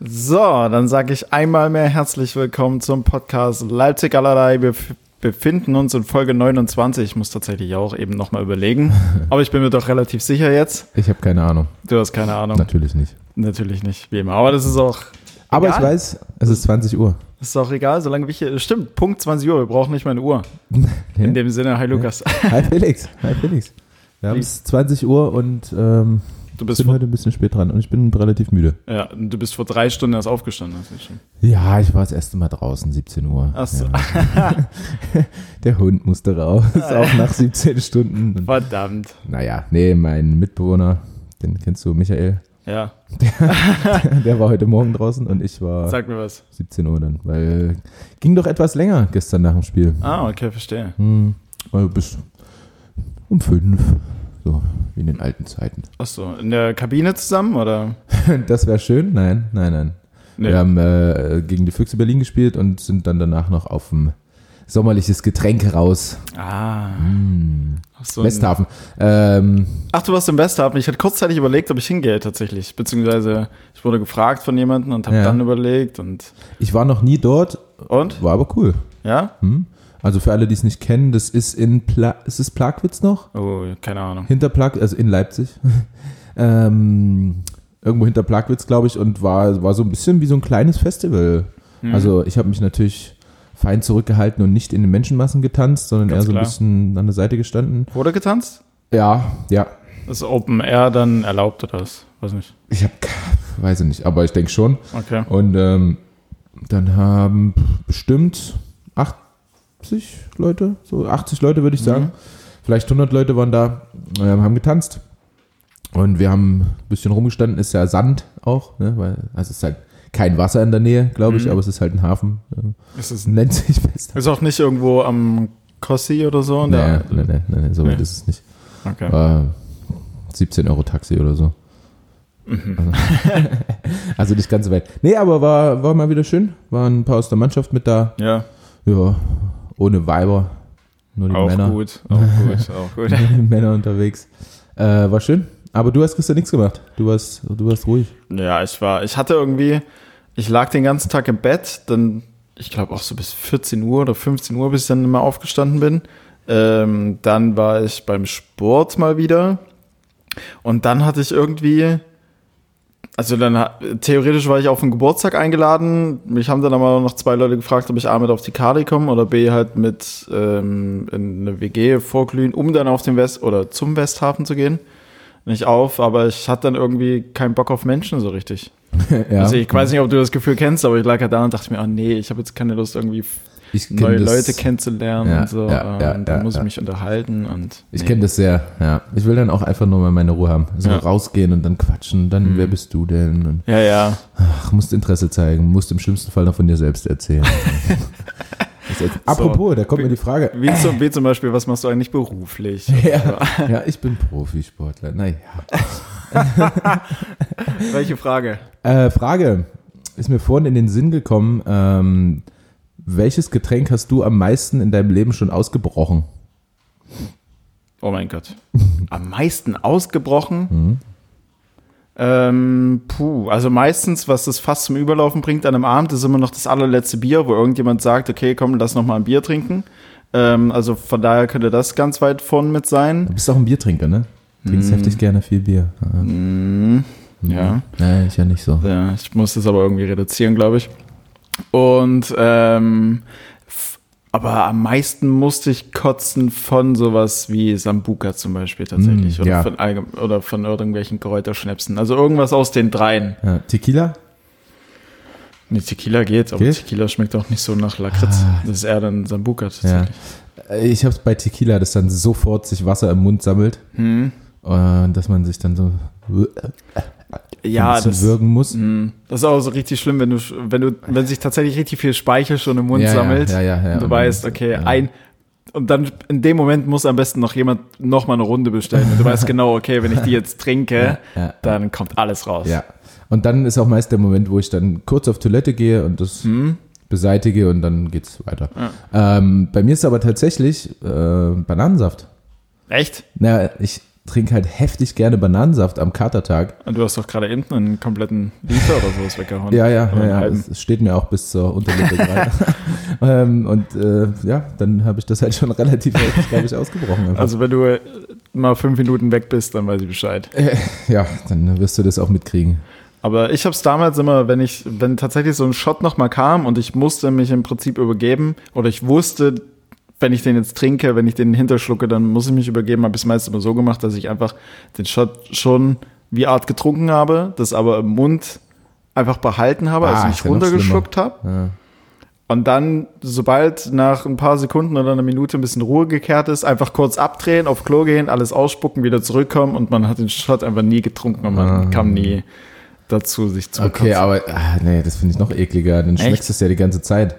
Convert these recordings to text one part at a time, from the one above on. So, dann sage ich einmal mehr herzlich willkommen zum Podcast Leipzig allerlei. Wir befinden uns in Folge 29. Ich muss tatsächlich auch eben nochmal überlegen. Aber ich bin mir doch relativ sicher jetzt. Ich habe keine Ahnung. Du hast keine Ahnung. Natürlich nicht. Natürlich nicht, wie immer. Aber das ist auch, Aber Egal. ich weiß, es ist 20 Uhr. das ist auch egal, solange wir hier. Stimmt, Punkt 20 Uhr. Wir brauchen nicht mal eine Uhr. In dem Sinne, hi Lukas. Hi Felix. Hi Felix. Wir haben es 20 Uhr und ähm, Du ich bist, bin vor, heute ein bisschen spät dran und ich bin relativ müde. ja, du bist vor drei Stunden erst aufgestanden. Das ist schon. Ja, ich war das erste Mal draußen, 17 Uhr. Ach so. Ja. Der Hund musste raus, Ah, auch nach 17 Stunden. Und, Verdammt. naja, nee, mein Mitbewohner, den kennst du, Michael, Ja, der war heute Morgen draußen und ich war sag mir was. 17 Uhr dann, weil ging doch etwas länger gestern nach dem Spiel. Ah, okay, verstehe. Hm, also bis um fünf. So, wie in den alten Zeiten. Ach so, in der Kabine zusammen oder? Das wäre schön. Nein, nein, nein. Nee. Wir haben äh, gegen die Füchse Berlin gespielt und sind dann danach noch auf ein sommerliches Getränk raus. Ah. Ach so, ein- Westhafen. Ähm, Ach, du warst im Westhafen. Ich hatte kurzzeitig überlegt, ob ich hingehe tatsächlich. Beziehungsweise ich wurde gefragt von jemandem und habe Ja. dann überlegt und. ich war noch nie dort, Und? war aber cool. Ja? Hm? Also für alle, die es nicht kennen, das ist in Pla ist es Plagwitz noch? Oh, keine Ahnung. Hinter Plag, also in Leipzig. ähm, irgendwo hinter Plagwitz, glaube ich, und war, war so ein bisschen wie so ein kleines Festival. Mhm. Hm. Also ich habe mich natürlich fein zurückgehalten und nicht in den Menschenmassen getanzt, sondern Ganz eher so ein klar. bisschen an der Seite gestanden. Wurde getanzt? Ja, ja. Ist Open Air dann erlaubt oder was? Weiß nicht. Ich habe, weiß ich nicht, aber ich denke schon. Okay. Und ähm, dann haben bestimmt 80 Leute, so 80 Leute würde ich sagen. Vielleicht 100 Leute waren da, ähm, haben getanzt. Und wir haben ein bisschen rumgestanden, ist ja Sand auch, ne? Weil, also es ist halt kein Wasser in der Nähe, glaube ich, aber es ist halt ein Hafen. Äh, Ist, es, nennt sich West. ist auch nicht irgendwo am Kossi oder so? Nee, Da- nee, nee, nee, nee, so weit Nee. ist es nicht. Okay. Äh, 17 Euro Taxi oder so. Also, also nicht ganz so weit. Nee, aber war, war mal wieder schön. Waren ein paar aus der Mannschaft mit da. Ja, Ja, ohne Weiber, nur die auch Männer. gut. Auch gut, auch gut. Nur die Männer unterwegs. Äh, war schön. Aber du hast gestern nichts gemacht. Du warst, du warst ruhig. Ja, ich war, ich hatte irgendwie, ich lag den ganzen Tag im Bett, dann, ich glaube auch so bis 14 Uhr oder 15 Uhr, bis ich dann immer aufgestanden bin. Ähm, dann war ich beim Sport mal wieder. Und dann hatte ich irgendwie, also dann ha- theoretisch war ich auf den Geburtstag eingeladen. Mich haben dann aber noch zwei Leute gefragt, ob ich A mit auf die Kali komme oder B halt mit ähm, in eine WG vorglühen, um dann auf den West oder zum Westhafen zu gehen. Nicht auf, aber ich hatte dann irgendwie keinen Bock auf Menschen so richtig. ja. Also ich weiß nicht, ob du das Gefühl kennst, aber ich lag halt da und dachte mir, oh nee, ich habe jetzt keine Lust, irgendwie ich kenn neue das- Leute kennenzulernen Ja, und so. ja, ja, und dann ja, muss ja. ich mich unterhalten und. Ich kenne das sehr, ja. Ich will dann auch einfach nur mal meine Ruhe haben. Also Ja. Mhm. rausgehen und dann quatschen. Dann, wer bist du denn? Und, Ja, ja. ach, musst Interesse zeigen. Musst im schlimmsten Fall noch von dir selbst erzählen. Das ist- Apropos, da kommt mir die Frage. Wie zum, wie zum Beispiel, was machst du eigentlich beruflich? Ja, ja, ich bin Profisportler. Naja. Welche Frage? Äh, Frage. Ist mir vorhin in den Sinn gekommen, ähm, welches Getränk hast du am meisten in deinem Leben schon ausgebrochen? Oh mein Gott. Am meisten ausgebrochen? Ähm, puh, also meistens, was das fast zum Überlaufen bringt an einem Abend, ist immer noch das allerletzte Bier, wo irgendjemand sagt, okay, komm, lass noch mal ein Bier trinken. Ähm, also von daher könnte das ganz weit vorn mit sein. Du bist auch ein Biertrinker, ne? Trinkst heftig gerne viel Bier. Ah. Ja. Nein, ich ja nicht so. Ja, ich muss das aber irgendwie reduzieren, glaube ich. Und ähm, f- aber am meisten musste ich kotzen von sowas wie Sambuka zum Beispiel tatsächlich. Mm, oder, ja. von allgem- oder von irgendwelchen Kräuterschnäpsen. Also irgendwas aus den dreien. Ja, Tequila? Nee, Tequila geht, aber Geht? Ah. Tequila schmeckt auch nicht so nach Lakritz. Das ist eher dann Sambuka Ja. tatsächlich. Äh, Ich hab's bei Tequila, dass dann sofort sich Wasser im Mund sammelt. Äh, dass man sich dann so Ja, ein bisschen das, würgen muss. mm, das ist auch so richtig schlimm, wenn du, sch- wenn du, wenn sich tatsächlich richtig viel Speichel schon im Mund Ja, ja, sammelt. ja, ja, ja. und du Und weißt, dann- okay, ja. ein und dann in dem Moment muss am besten noch jemand noch mal eine Runde bestellen. Und du weißt genau, okay, wenn ich die jetzt trinke, Ja, ja. dann kommt alles raus. Ja. Und dann ist auch meist der Moment, wo ich dann kurz auf Toilette gehe und das Mhm. beseitige und dann geht's weiter. Ähm, bei mir ist aber tatsächlich äh, Bananensaft. Echt? Naja, ich trinke halt heftig gerne Bananensaft am Katertag. Und du hast doch gerade eben einen kompletten Liter oder sowas weggehauen. Ja, ja, Oder einen ja, ja. halben. Es es steht mir auch bis zur Unterlippe gerade. ähm, und äh, ja, dann habe ich das halt schon relativ häufig, glaube ich, ausgebrochen. einfach. Also wenn du äh, mal fünf Minuten weg bist, dann weiß ich Bescheid. äh, ja, dann wirst du das auch mitkriegen. Aber ich habe es damals immer, wenn ich, wenn tatsächlich so ein Shot nochmal kam und ich musste mich im Prinzip übergeben oder ich wusste, wenn ich den jetzt trinke, wenn ich den hinterschlucke, dann muss ich mich übergeben, habe ich es meist immer so gemacht, dass ich einfach den Shot schon wie Art getrunken habe, das aber im Mund einfach behalten habe, Ah, also ist nicht ja noch runtergeschluckt habe. Ja. Und dann, sobald nach ein paar Sekunden oder einer Minute ein bisschen Ruhe gekehrt ist, einfach kurz abdrehen, auf Klo gehen, alles ausspucken, wieder zurückkommen und man hat den Shot einfach nie getrunken und man Ah. kam nie dazu, sich zu Okay, aber ah, nee, das finde ich noch ekliger. Dann schmeckst du es ja die ganze Zeit.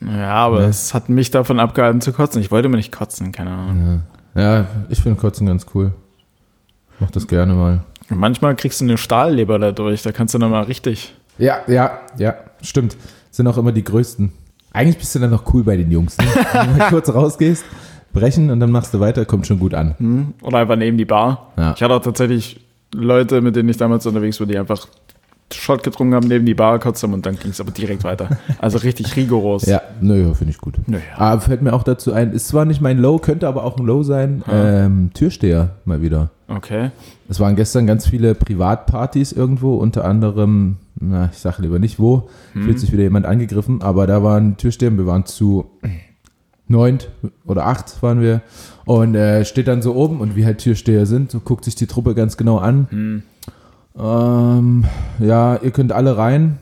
Ja, aber es hat mich davon abgehalten zu kotzen. Ich wollte mir nicht kotzen, keine Ahnung. Ja, ich finde Kotzen ganz cool. Ich mach das gerne mal. Und manchmal kriegst du eine Stahlleber dadurch, da kannst du nochmal richtig. Ja, ja, ja, stimmt. Sind auch immer die größten. Eigentlich bist du dann noch cool bei den Jungs. Ne? Wenn du mal kurz rausgehst, brechen und dann machst du weiter, kommt schon gut an. Oder einfach neben die Bar. Ja. Ich hatte auch tatsächlich Leute, mit denen ich damals unterwegs war, die einfach Shot getrunken haben, neben die Bar kotzt haben und dann ging es aber direkt weiter. Also richtig rigoros. Ja, naja, finde ich gut. Naja. Aber fällt mir auch dazu ein, ist zwar nicht mein Low, könnte aber auch ein Low sein. Ähm, Türsteher mal wieder. Okay. Es waren gestern ganz viele Privatpartys irgendwo, unter anderem, na, ich sage lieber nicht wo, fühlt sich wieder jemand angegriffen, aber da waren Türsteher, wir waren zu neunt oder acht waren wir und äh, steht dann so oben und wie halt Türsteher sind, so guckt sich die Truppe ganz genau an. Ähm, ja, ihr könnt alle rein,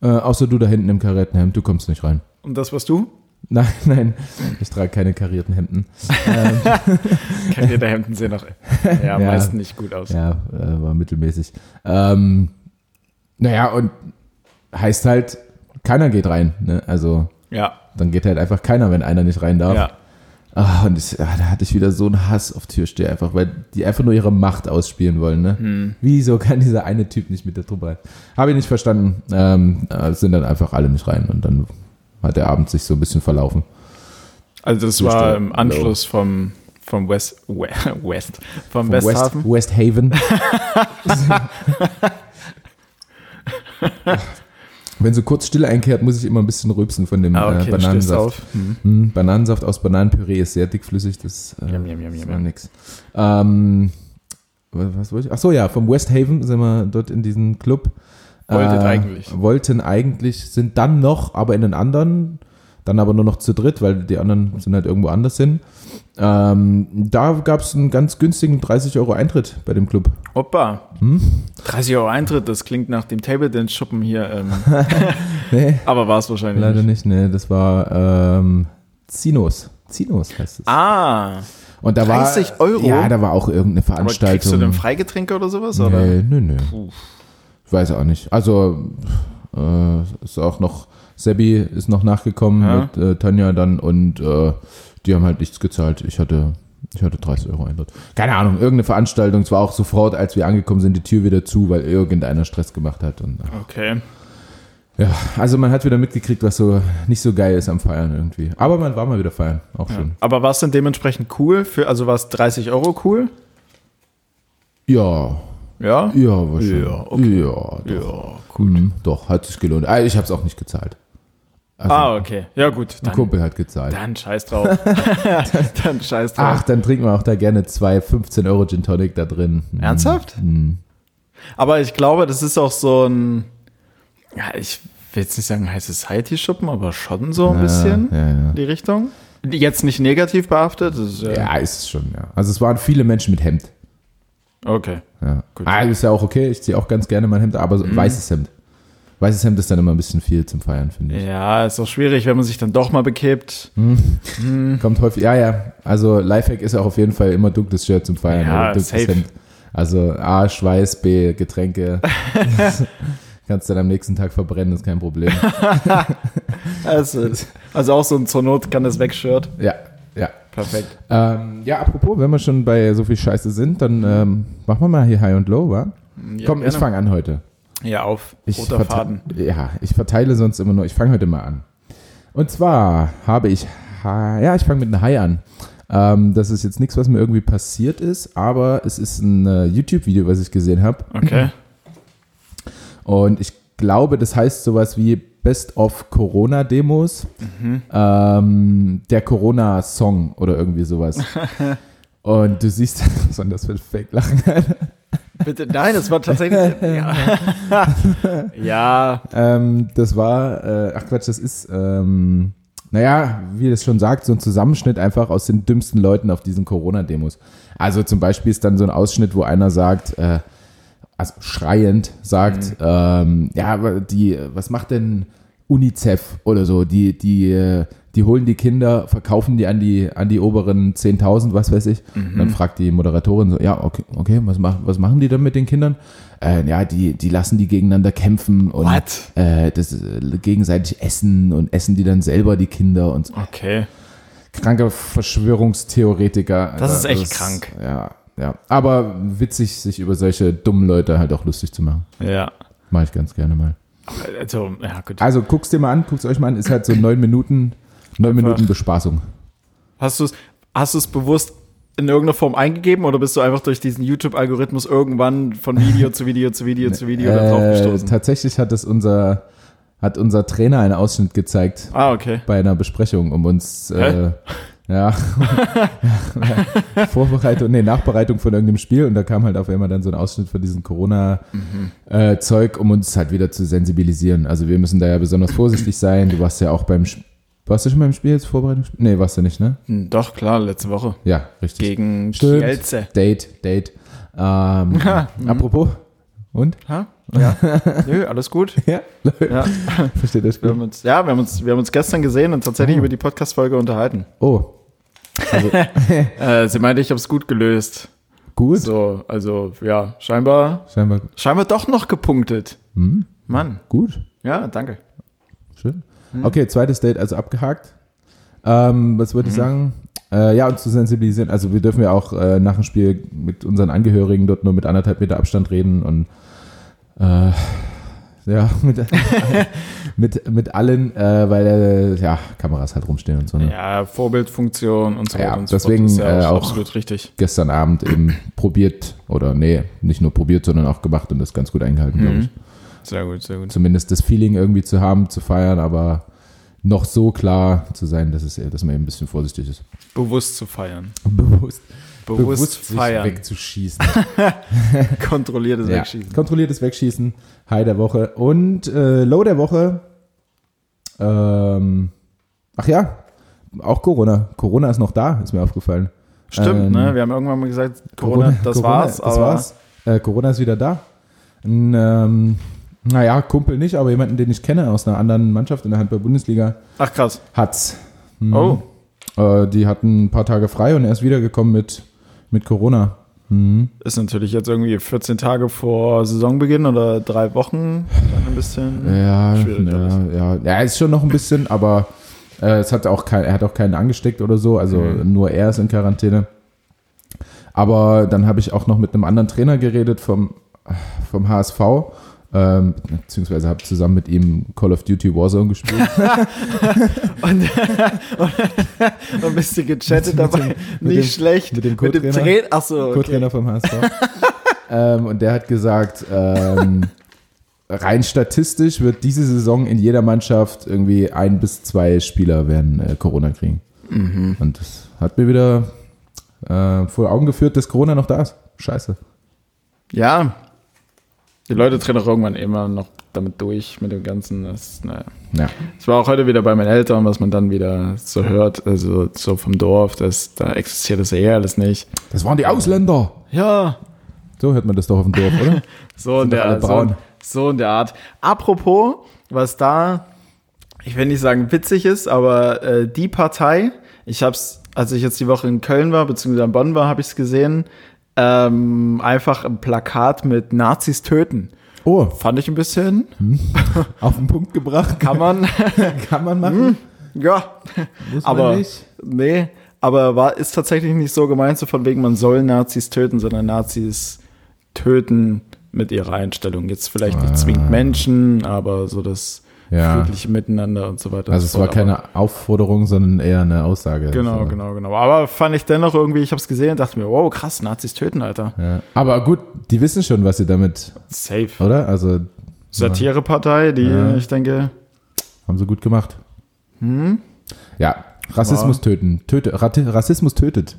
äh, außer du da hinten im Karettenhemd, du kommst nicht rein. Und das warst du? Nein, nein, ich trage keine karierten Hemden. Karrierehemden sehen noch ja, am Ja. meisten nicht gut aus. Ja, äh, war mittelmäßig. Ähm, naja, und heißt halt, keiner geht rein. Ne? Also Ja, dann geht halt einfach keiner, wenn einer nicht rein darf. ja. Ah, und ich, ah, da hatte ich wieder so einen Hass auf Türsteher, einfach, weil die einfach nur ihre Macht ausspielen wollen. Ne? Wieso kann dieser eine Typ nicht mit der Truppe rein? Habe ich nicht verstanden. Ähm, äh, sind dann einfach alle nicht rein und dann hat der Abend sich so ein bisschen verlaufen. Also das Zustand. war im Anschluss vom, vom West, We- West, vom, Westhafen. West, West Haven. Wenn so kurz Stille einkehrt, muss ich immer ein bisschen rülpsen von dem Ah, äh, okay, dann stehst du Bananensaft. auf. Hm. Hm, Bananensaft aus Bananenpüree ist sehr dickflüssig, das, äh, Yum, yum, yum, das yum, war yum. nix. Ähm, was, was wollte ich? Achso, ja, vom West Haven sind wir dort in diesem Club. Äh, Wolltet eigentlich. Wollten eigentlich, sind dann noch, aber in den anderen, dann aber nur noch zu dritt, weil die anderen sind halt irgendwo anders hin. Ähm, da gab es einen ganz günstigen 30 Euro Eintritt bei dem Club. Opa, Hm? 30 Euro Eintritt, das klingt nach dem Table Dance Schuppen hier. Ähm, Nee, aber war es wahrscheinlich leider nicht. nicht, nee, das war ähm, Zinos. Zinos heißt es. Ah, Und da war, 30 Euro? Ja, da war auch irgendeine aber Veranstaltung. kriegst du denn Freigetränke oder sowas? Oder? Nee, nö, nö. Puh. Ich weiß auch nicht. Also äh, ist auch noch, Sebi ist noch nachgekommen Ja. mit äh, Tanja dann und äh, die haben halt nichts gezahlt. Ich hatte, ich hatte 30 Euro Eintritt. Keine Ahnung, irgendeine Veranstaltung. Es war auch sofort, als wir angekommen sind, die Tür wieder zu, weil irgendeiner Stress gemacht hat. Und, äh, Okay. ja, also man hat wieder mitgekriegt, was so nicht so geil ist am Feiern irgendwie. Aber man war mal wieder feiern, auch schön. Aber war es denn dementsprechend cool? Für, also war es 30 Euro cool? Ja, Ja. ja, war schön. Ja, okay. ja, doch. Hm, Doch, hat sich gelohnt. Ah, Ich habe es auch nicht gezahlt. Also, Ah, okay. Ja, gut. Ein Dann, Kumpel hat gezahlt. dann scheiß drauf. dann scheiß drauf. Ach, dann trinken wir auch da gerne zwei 15 Euro Gin Tonic da drin. Ernsthaft? Mhm. Aber ich glaube, das ist auch so ein, ja, ich will jetzt nicht sagen High Society Schuppen, aber schon so ein bisschen Ja, ja. die Richtung. Jetzt nicht negativ behaftet. Das ist, äh, ja, ist es schon, ja. Also es waren viele Menschen mit Hemd. Okay. Ja. Gut. Mhm. Ah, ist ja auch okay, ich ziehe auch ganz gerne mein Hemd, aber so weißes Hemd. Weißes Hemd ist dann immer ein bisschen viel zum Feiern, finde ich. Ja, ist auch schwierig, wenn man sich dann doch mal bekippt. Hm. Mhm. Kommt häufig, ja, ja. Also Lifehack ist auch auf jeden Fall immer dunkles Shirt zum Feiern. Ja, oder dunkles safe. Also A, Schweiß, B, Getränke. Kannst dann am nächsten Tag verbrennen, ist kein Problem. Also, also auch so ein zur Not kann das wegshirt. ja, ja. Perfekt. Ähm, ja, apropos, wenn wir schon bei so viel Scheiße sind, dann ähm, machen wir mal hier High und Low, wa? Ja, Komm, ich gerne. fange an heute. Ja, auf. Ich Roter verte- Faden. Ja, ich verteile sonst immer nur. Ich fange heute mal an. Und zwar habe ich, Hi- ja, ich fange mit einem High an. Ähm, das ist jetzt nichts, was mir irgendwie passiert ist, aber es ist ein äh, YouTube-Video, was ich gesehen habe. Okay. Und ich glaube, das heißt sowas wie Best of Corona-Demos, ähm, der Corona-Song oder irgendwie sowas. Und du siehst, besonders wird fake lachen. Bitte, nein, das war tatsächlich. ja. ja. Ähm, das war, äh, ach Quatsch, das ist, ähm, naja, wie das schon sagt, so ein Zusammenschnitt einfach aus den dümmsten Leuten auf diesen Corona-Demos. Also zum Beispiel ist dann so ein Ausschnitt, wo einer sagt, äh, also schreiend sagt, ähm, ja, aber die, was macht denn UNICEF oder so? Die, die, äh, die holen die Kinder, verkaufen die an die, an die oberen 10.000, was weiß ich. Und dann fragt die Moderatorin so, ja, okay, okay was, mach, was machen die dann mit den Kindern? Äh, ja, die, die lassen die gegeneinander kämpfen und What? äh, das äh, gegenseitig essen und essen die dann selber die Kinder und so. Okay. kranke Verschwörungstheoretiker. Das Alter. ist echt krank. Ja, ja. Aber witzig, sich über solche dummen Leute halt auch lustig zu machen. Ja. Mache ich ganz gerne mal. Also, ja, gut. Also guck's dir mal an, guck's euch mal an, ist halt so neun Minuten, neun Minuten Bespaßung. Hast du es hast du's bewusst in irgendeiner Form eingegeben oder bist du einfach durch diesen YouTube-Algorithmus irgendwann von Video zu Video zu Video zu Video da drauf Äh, gestoßen? tatsächlich hat es unser, hat unser Trainer einen Ausschnitt gezeigt Ah, okay. bei einer Besprechung, um uns äh, Hä? ja Vorbereitung, nee, Nachbereitung von irgendeinem Spiel und da kam halt auf einmal dann so ein Ausschnitt von diesem Mhm. Corona-Zeug, um uns halt wieder zu sensibilisieren. Also wir müssen da ja besonders vorsichtig sein. Du warst ja auch beim Sp- warst du schon beim Spiel jetzt Vorbereitung? Nee, warst du nicht, ne? Hm, Doch, klar, letzte Woche. Ja, richtig. Gegen Stimmt. Kielze. Date, Date. Ähm, Mhm. apropos und Ha? Ja. Nö, alles gut. ja, Ja. versteht das Wir Spiel? haben uns, ja, wir haben uns, wir haben uns gestern gesehen und tatsächlich Ah. über die Podcast-Folge unterhalten. Oh, Äh, sie meinte, ich habe es gut gelöst. gut. So, also ja, scheinbar, Scheinbar hm, scheinbar doch noch gepunktet. Mann, gut. ja, danke. Schön. Hm. Okay, zweites Date also abgehakt. Ähm, was würde ich Mhm. sagen? Äh, ja, uns zu sensibilisieren. Also wir dürfen ja auch äh, nach dem Spiel mit unseren Angehörigen dort nur mit anderthalb Meter Abstand reden und äh, ja, mit, mit, mit allen, äh, weil äh, ja, Kameras halt rumstehen und so. Ne? Ja, Vorbildfunktion und so Ja, und so deswegen, ist ja äh, auch- absolut richtig. Gestern Abend eben probiert oder nee, nicht nur probiert, sondern auch gemacht und das ganz gut eingehalten, glaube Mhm. ich. Sehr gut, sehr gut. zumindest das Feeling irgendwie zu haben, zu feiern, aber noch so klar zu sein, dass, es, dass man eben ein bisschen vorsichtig ist. Bewusst zu feiern. Bewusst, Bewusst, feiern. wegzuschießen. Kontrolliertes ja. Wegschießen. Kontrolliertes Wegschießen, High der Woche und äh, Low der Woche. Ähm, ach ja, auch Corona. Corona ist noch da, ist mir aufgefallen. Stimmt, Ähm, ne? Wir haben irgendwann mal gesagt, Corona, das Corona, war's. Das aber war's. Äh, Corona ist wieder da. Ein, ähm, naja, Kumpel nicht, aber jemanden, den ich kenne aus einer anderen Mannschaft in der Handball-Bundesliga, Ach krass. hat's. Oh, Hm. Äh, die hatten ein paar Tage frei und er ist wiedergekommen mit, mit Corona. ist natürlich jetzt irgendwie 14 Tage vor Saisonbeginn oder drei Wochen. Dann ein bisschen. Ja, Hm. Schwierig, ja, ja. Ja, ist schon noch ein bisschen, aber äh, es hat auch kein, er hat auch keinen angesteckt oder so. Also Hm. nur er ist in Quarantäne. Aber dann habe ich auch noch mit einem anderen Trainer geredet vom, äh, vom HSV. Ähm, beziehungsweise habe zusammen mit ihm Call of Duty Warzone gespielt. Und, und, und bist du gechattet dabei? mit Nicht dem- schlecht. mit dem Co-Trainer? Trainer. Ach so, okay. Co-Trainer vom HSV. ähm, und der hat gesagt, ähm, rein statistisch wird diese Saison in jeder Mannschaft irgendwie ein bis zwei Spieler werden äh, Corona kriegen. Mhm. Und das hat mir wieder äh, vor Augen geführt, dass Corona noch da ist. Scheiße. Ja. Die Leute drehen doch irgendwann immer noch damit durch mit dem Ganzen. Das, naja. Ja. Ich war auch heute wieder bei meinen Eltern, was man dann wieder so hört, also so vom Dorf, dass da existiert das ja eh alles nicht. Das waren die Ausländer. Ja. So hört man das doch auf dem Dorf, oder? So in Sind doch alle der, braun. so, so in der Art. Apropos, was da, ich will nicht sagen witzig ist, aber äh, die Partei, ich hab's, als ich jetzt die Woche in Köln war, beziehungsweise in Bonn war, habe ich es gesehen, ähm, einfach ein Plakat mit Nazis töten. Oh, Fand ich ein bisschen, auf den Punkt gebracht. kann man, Kann man machen. ja, Muss man aber, nicht. nee, aber war, ist tatsächlich nicht so gemeint, so von wegen, man soll Nazis töten, sondern Nazis töten mit ihrer Einstellung. Jetzt vielleicht nicht zwingend Menschen, aber so das Ah. Ja. friedlich miteinander und so weiter. Also und es so war fort. Aber- keine Aufforderung, sondern eher eine Aussage. Genau, so. genau, genau. Aber fand ich dennoch irgendwie, ich habe es gesehen und dachte mir, wow, krass, Nazis töten, Alter. Ja. Aber gut, die wissen schon, was sie damit, Safe. oder? Also Satirepartei, die Ja. ich denke, haben sie gut gemacht. Ja, Rassismus töten. Töte, Rati- Rassismus tötet.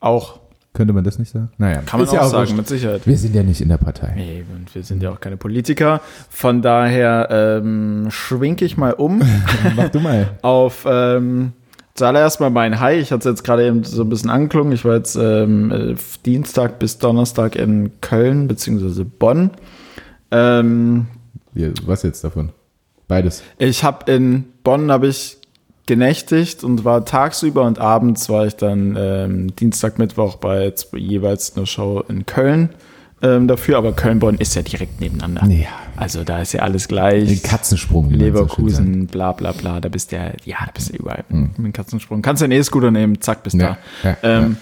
auch. Könnte man das nicht sagen? Naja, Kann man ist auch ja sagen, wurscht. mit Sicherheit. Wir sind ja nicht in der Partei. Nee, und wir sind ja auch keine Politiker. Von daher ähm, schwink ich mal um Mach du mal. auf ähm, zuallererst mal mein High. Ich hatte es jetzt gerade eben so ein bisschen angeklungen. Ich war jetzt ähm, äh, Dienstag bis Donnerstag in Köln beziehungsweise Bonn. Ähm, Hier, Was jetzt davon? Beides. Ich habe in Bonn habe ich genächtigt und war tagsüber und abends war ich dann ähm, Dienstag, Mittwoch bei z- jeweils einer Show in Köln ähm, dafür. Aber Köln-Bonn ist ja direkt nebeneinander. Ja. Also da ist ja alles gleich. Den Katzensprung. wie man Genau, so schön sagt. Hm. Leverkusen, bla bla bla, da bist du ja, ja, da bist du überall mit dem Katzensprung. Kannst den E-Scooter nehmen, zack, bist Ja, da. ja, ähm,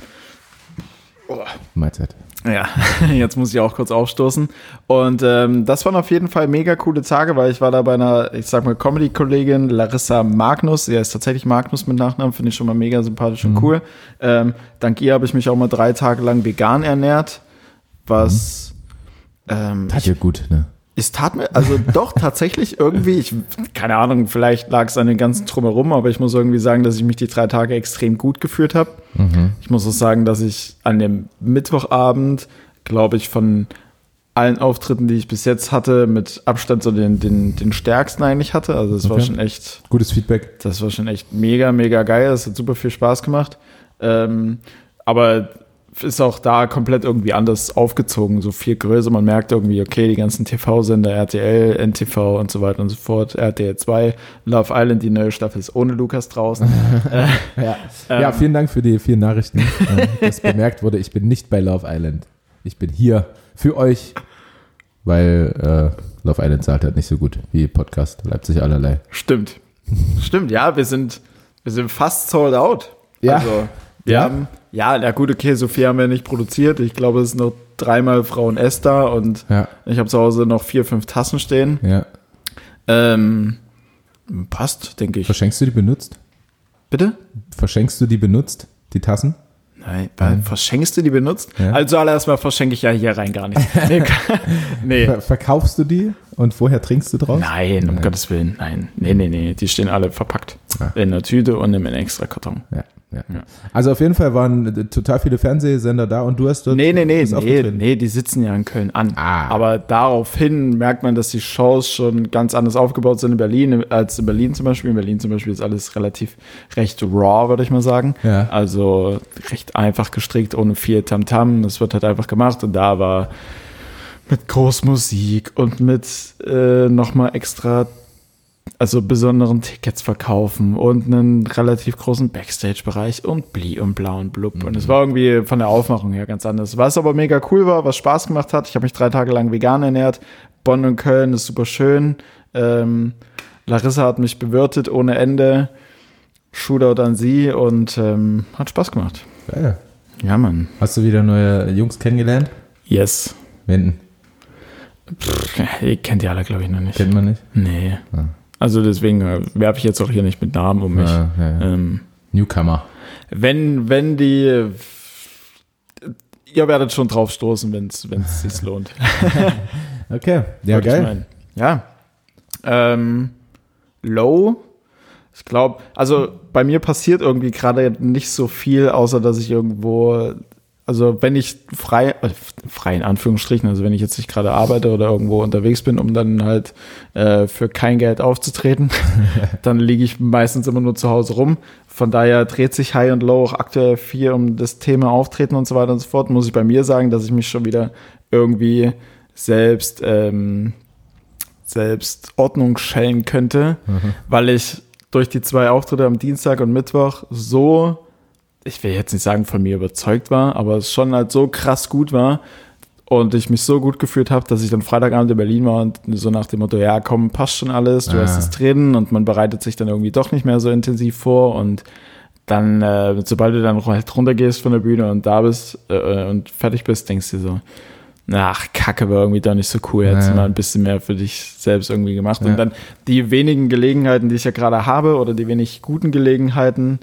oh, Mahlzeit. ja, jetzt muss ich auch kurz aufstoßen. Und ähm, das waren auf jeden Fall mega coole Tage, weil ich war da bei einer, ich sag mal, Comedy-Kollegin Larissa Magnus. Sie ist tatsächlich Magnus mit Nachnamen, finde ich schon mal mega sympathisch Mhm. und cool. Ähm, dank ihr habe ich mich auch mal drei Tage lang vegan ernährt, was Hm. ähm, Tat ja gut, ne? es tat mir, also doch tatsächlich irgendwie, ich, keine Ahnung, vielleicht lag es an den ganzen Drumherum, aber ich muss irgendwie sagen, dass ich mich die drei Tage extrem gut gefühlt habe. Ich muss auch sagen, dass ich an dem Mittwochabend, glaube ich, von allen Auftritten, die ich bis jetzt hatte, mit Abstand so den, den, den stärksten eigentlich hatte. Also es war Okay. schon echt Gutes Feedback. das war schon echt mega, mega geil. Es hat super viel Spaß gemacht. Ähm, aber ist auch da komplett irgendwie anders aufgezogen, so viel größer. Man merkt irgendwie, okay, die ganzen TV-Sender, RTL, NTV und so weiter und so fort, RTL 2, Love Island, die neue Staffel ist ohne Lukas draußen. Ja, Ähm. ja vielen Dank für die vielen Nachrichten. äh, dass bemerkt wurde, ich bin nicht bei Love Island. Ich bin hier für euch, weil äh, Love Island zahlt halt nicht so gut wie Podcast Leipzig allerlei. Stimmt. Stimmt, ja, wir sind, wir sind fast sold out. Ja. Also, wir Ja. haben, ja, na gut, okay, Sophie haben wir nicht produziert. Ich glaube, es sind noch dreimal Frauen S da und Ja, ich habe zu Hause noch vier, fünf Tassen stehen. ja. Ähm, passt, denke ich. Verschenkst du die benutzt? Bitte? Verschenkst du die benutzt? Die Tassen? Nein, weil verschenkst du die benutzt? Ja. Also allererst mal verschenke ich ja hier rein gar nichts. Nee, ka- nee. Ver verkaufst du die und vorher trinkst du draus? nein, um Gottes Willen, nein. Nee, nee, nee, die stehen alle verpackt. Ja. In der Tüte und im extra Karton. Ja, ja. Also auf jeden Fall waren äh, total viele Fernsehsender da und du hast dort Nee, nee, nee, bist nee, aufgetreten. nee, die sitzen ja in Köln an. Ah. Aber daraufhin merkt man, dass die Shows schon ganz anders aufgebaut sind in Berlin als in Berlin zum Beispiel. In Berlin zum Beispiel ist alles relativ recht raw, würde ich mal sagen. Ja. Also recht einfach gestrickt, ohne viel Tamtam. Das wird halt einfach gemacht. Und da war mit Großmusik und mit äh, nochmal extra also besonderen Tickets verkaufen und einen relativ großen Backstage-Bereich und bli und bla und blub. Und es war irgendwie von der Aufmachung her ganz anders. Was aber mega cool war, was Spaß gemacht hat. Ich habe mich drei Tage lang vegan ernährt. Bonn und Köln ist super schön. Ähm, Larissa hat mich bewirtet ohne Ende. Shootout an sie und ähm, hat Spaß gemacht. Geil. Ja, Mann. Ah, Hast du wieder neue Jungs kennengelernt? Yes. Wenden. Pff, ihr kennt die alle, glaube ich, noch nicht. Kennt man nicht? Nee. Ah. Also deswegen äh, werfe ich jetzt auch hier nicht mit Namen um mich. Ah, ja, ja. Ähm, Newcomer. wenn, wenn die. Ihr werdet schon drauf stoßen, wenn es sich lohnt. Okay, ja, Wollte ich geil. meinen. Ja. Ähm, low. Ich glaube, also bei mir passiert irgendwie gerade nicht so viel, außer dass ich irgendwo, also wenn ich frei, äh, frei in Anführungsstrichen, also wenn ich jetzt nicht gerade arbeite oder irgendwo unterwegs bin, um dann halt äh, für kein Geld aufzutreten, dann liege ich meistens immer nur zu Hause rum. Von daher dreht sich High und Low auch aktuell viel um das Thema Auftreten und so weiter und so fort. Muss ich bei mir sagen, dass ich mich schon wieder irgendwie selbst, ähm, selbst Ordnung schellen könnte, weil ich durch die zwei Auftritte am Dienstag und Mittwoch so, ich will jetzt nicht sagen, von mir überzeugt war, aber es schon halt so krass gut war und ich mich so gut gefühlt habe, dass ich dann Freitagabend in Berlin war und so nach dem Motto, ja komm, passt schon alles, du Ah. hast es drin und man bereitet sich dann irgendwie doch nicht mehr so intensiv vor und dann, äh, sobald du dann halt runtergehst von der Bühne und da bist äh, und fertig bist, denkst du dir so, ach, Kacke war irgendwie doch nicht so cool. Hättest Ja. du mal ein bisschen mehr für dich selbst irgendwie gemacht. Ja. Und dann die wenigen Gelegenheiten, die ich ja gerade habe, oder die wenig guten Gelegenheiten,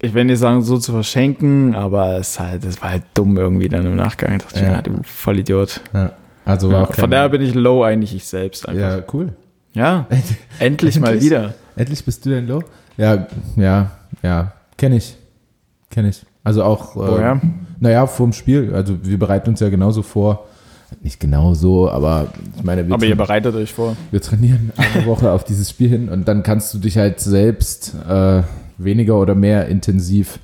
ich will nicht sagen, so zu verschenken, aber es halt, es war halt dumm irgendwie dann im Nachgang. Ich dachte, Ja. ja. du Vollidiot. Ja. Also war Ja, auch von kein- daher bin ich low eigentlich ich selbst einfach. Ja, cool. Ja, endlich mal Endlich? wieder. Endlich bist du denn low? Ja, ja, ja. Kenne ich. Kenne ich. Also auch. äh, Woher? Naja, vorm Spiel. Also wir bereiten uns ja genauso vor. Nicht genau so, aber ich meine, wir, Aber ihr tra- bereitet euch vor. wir trainieren eine Woche auf dieses Spiel hin und dann kannst du dich halt selbst äh, weniger oder mehr intensiv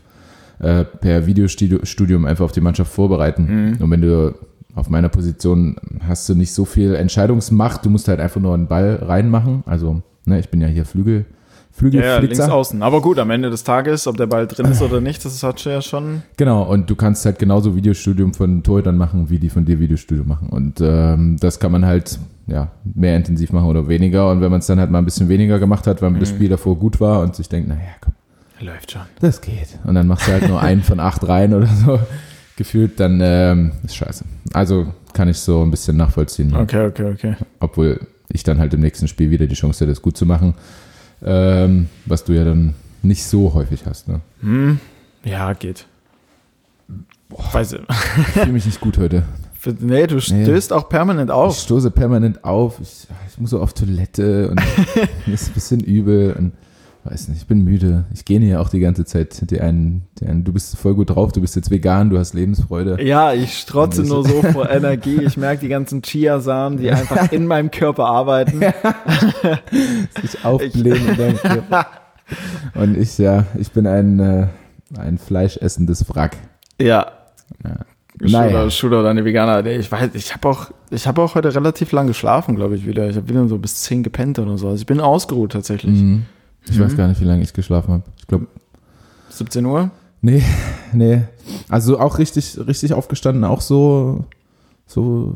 äh, per Videostudium einfach auf die Mannschaft vorbereiten. Mhm. Und wenn du auf meiner Position hast du nicht so viel Entscheidungsmacht, du musst halt einfach nur einen Ball reinmachen. Also, ne, ich bin ja hier Flügel, Ja, ja, links Flügelflitzer. außen. Aber gut, am Ende des Tages, ob der Ball drin ist oder nicht, das hat ja schon. Genau, und du kannst halt genauso Videostudium von Torhütern machen, wie die von dir Videostudium machen. Und ähm, das kann man halt ja, mehr intensiv machen oder weniger. Und wenn man es dann halt mal ein bisschen weniger gemacht hat, weil das Spiel davor gut war und sich denkt, naja, komm, Läuft schon. das geht. Und dann machst du halt nur einen von acht rein oder so gefühlt, dann ähm, ist scheiße. Also kann ich so ein bisschen nachvollziehen, Okay, okay, okay. obwohl ich dann halt im nächsten Spiel wieder die Chance hätte, das gut zu machen, ähm, was du ja dann nicht so häufig hast. Ne? Hm. Ja, geht. Weiß ich. Ich fühle mich nicht gut heute. Für- Nee, du stößt auch permanent Ich auf. stoße permanent auf. Ich, ich muss so auf Toilette und mir ist ein bisschen übel und weiß nicht, ich bin müde. Ich gehe ja auch die ganze Zeit. Die einen, die einen, du bist voll gut drauf, du bist jetzt vegan, du hast Lebensfreude. Ja, ich strotze Ein bisschen. nur so vor Energie. Ich merke die ganzen Chiasamen, die einfach in meinem Körper arbeiten. Ich aufblähen in deinem Körper. Und ich, ja, ich bin ein, äh, ein fleischessendes Wrack. Ja. Naja. Shooter, Shooter oder eine Veganer. Nee, ich weiß, ich habe auch, ich habe auch heute relativ lang geschlafen, glaube ich, wieder. Ich habe wieder so bis 10 gepennt oder so. Also ich bin ausgeruht tatsächlich. Mhm. Ich Mhm. weiß gar nicht, wie lange ich geschlafen habe. Ich glaube, 17 Uhr? Nee, nee. Also auch richtig, richtig aufgestanden, auch so, so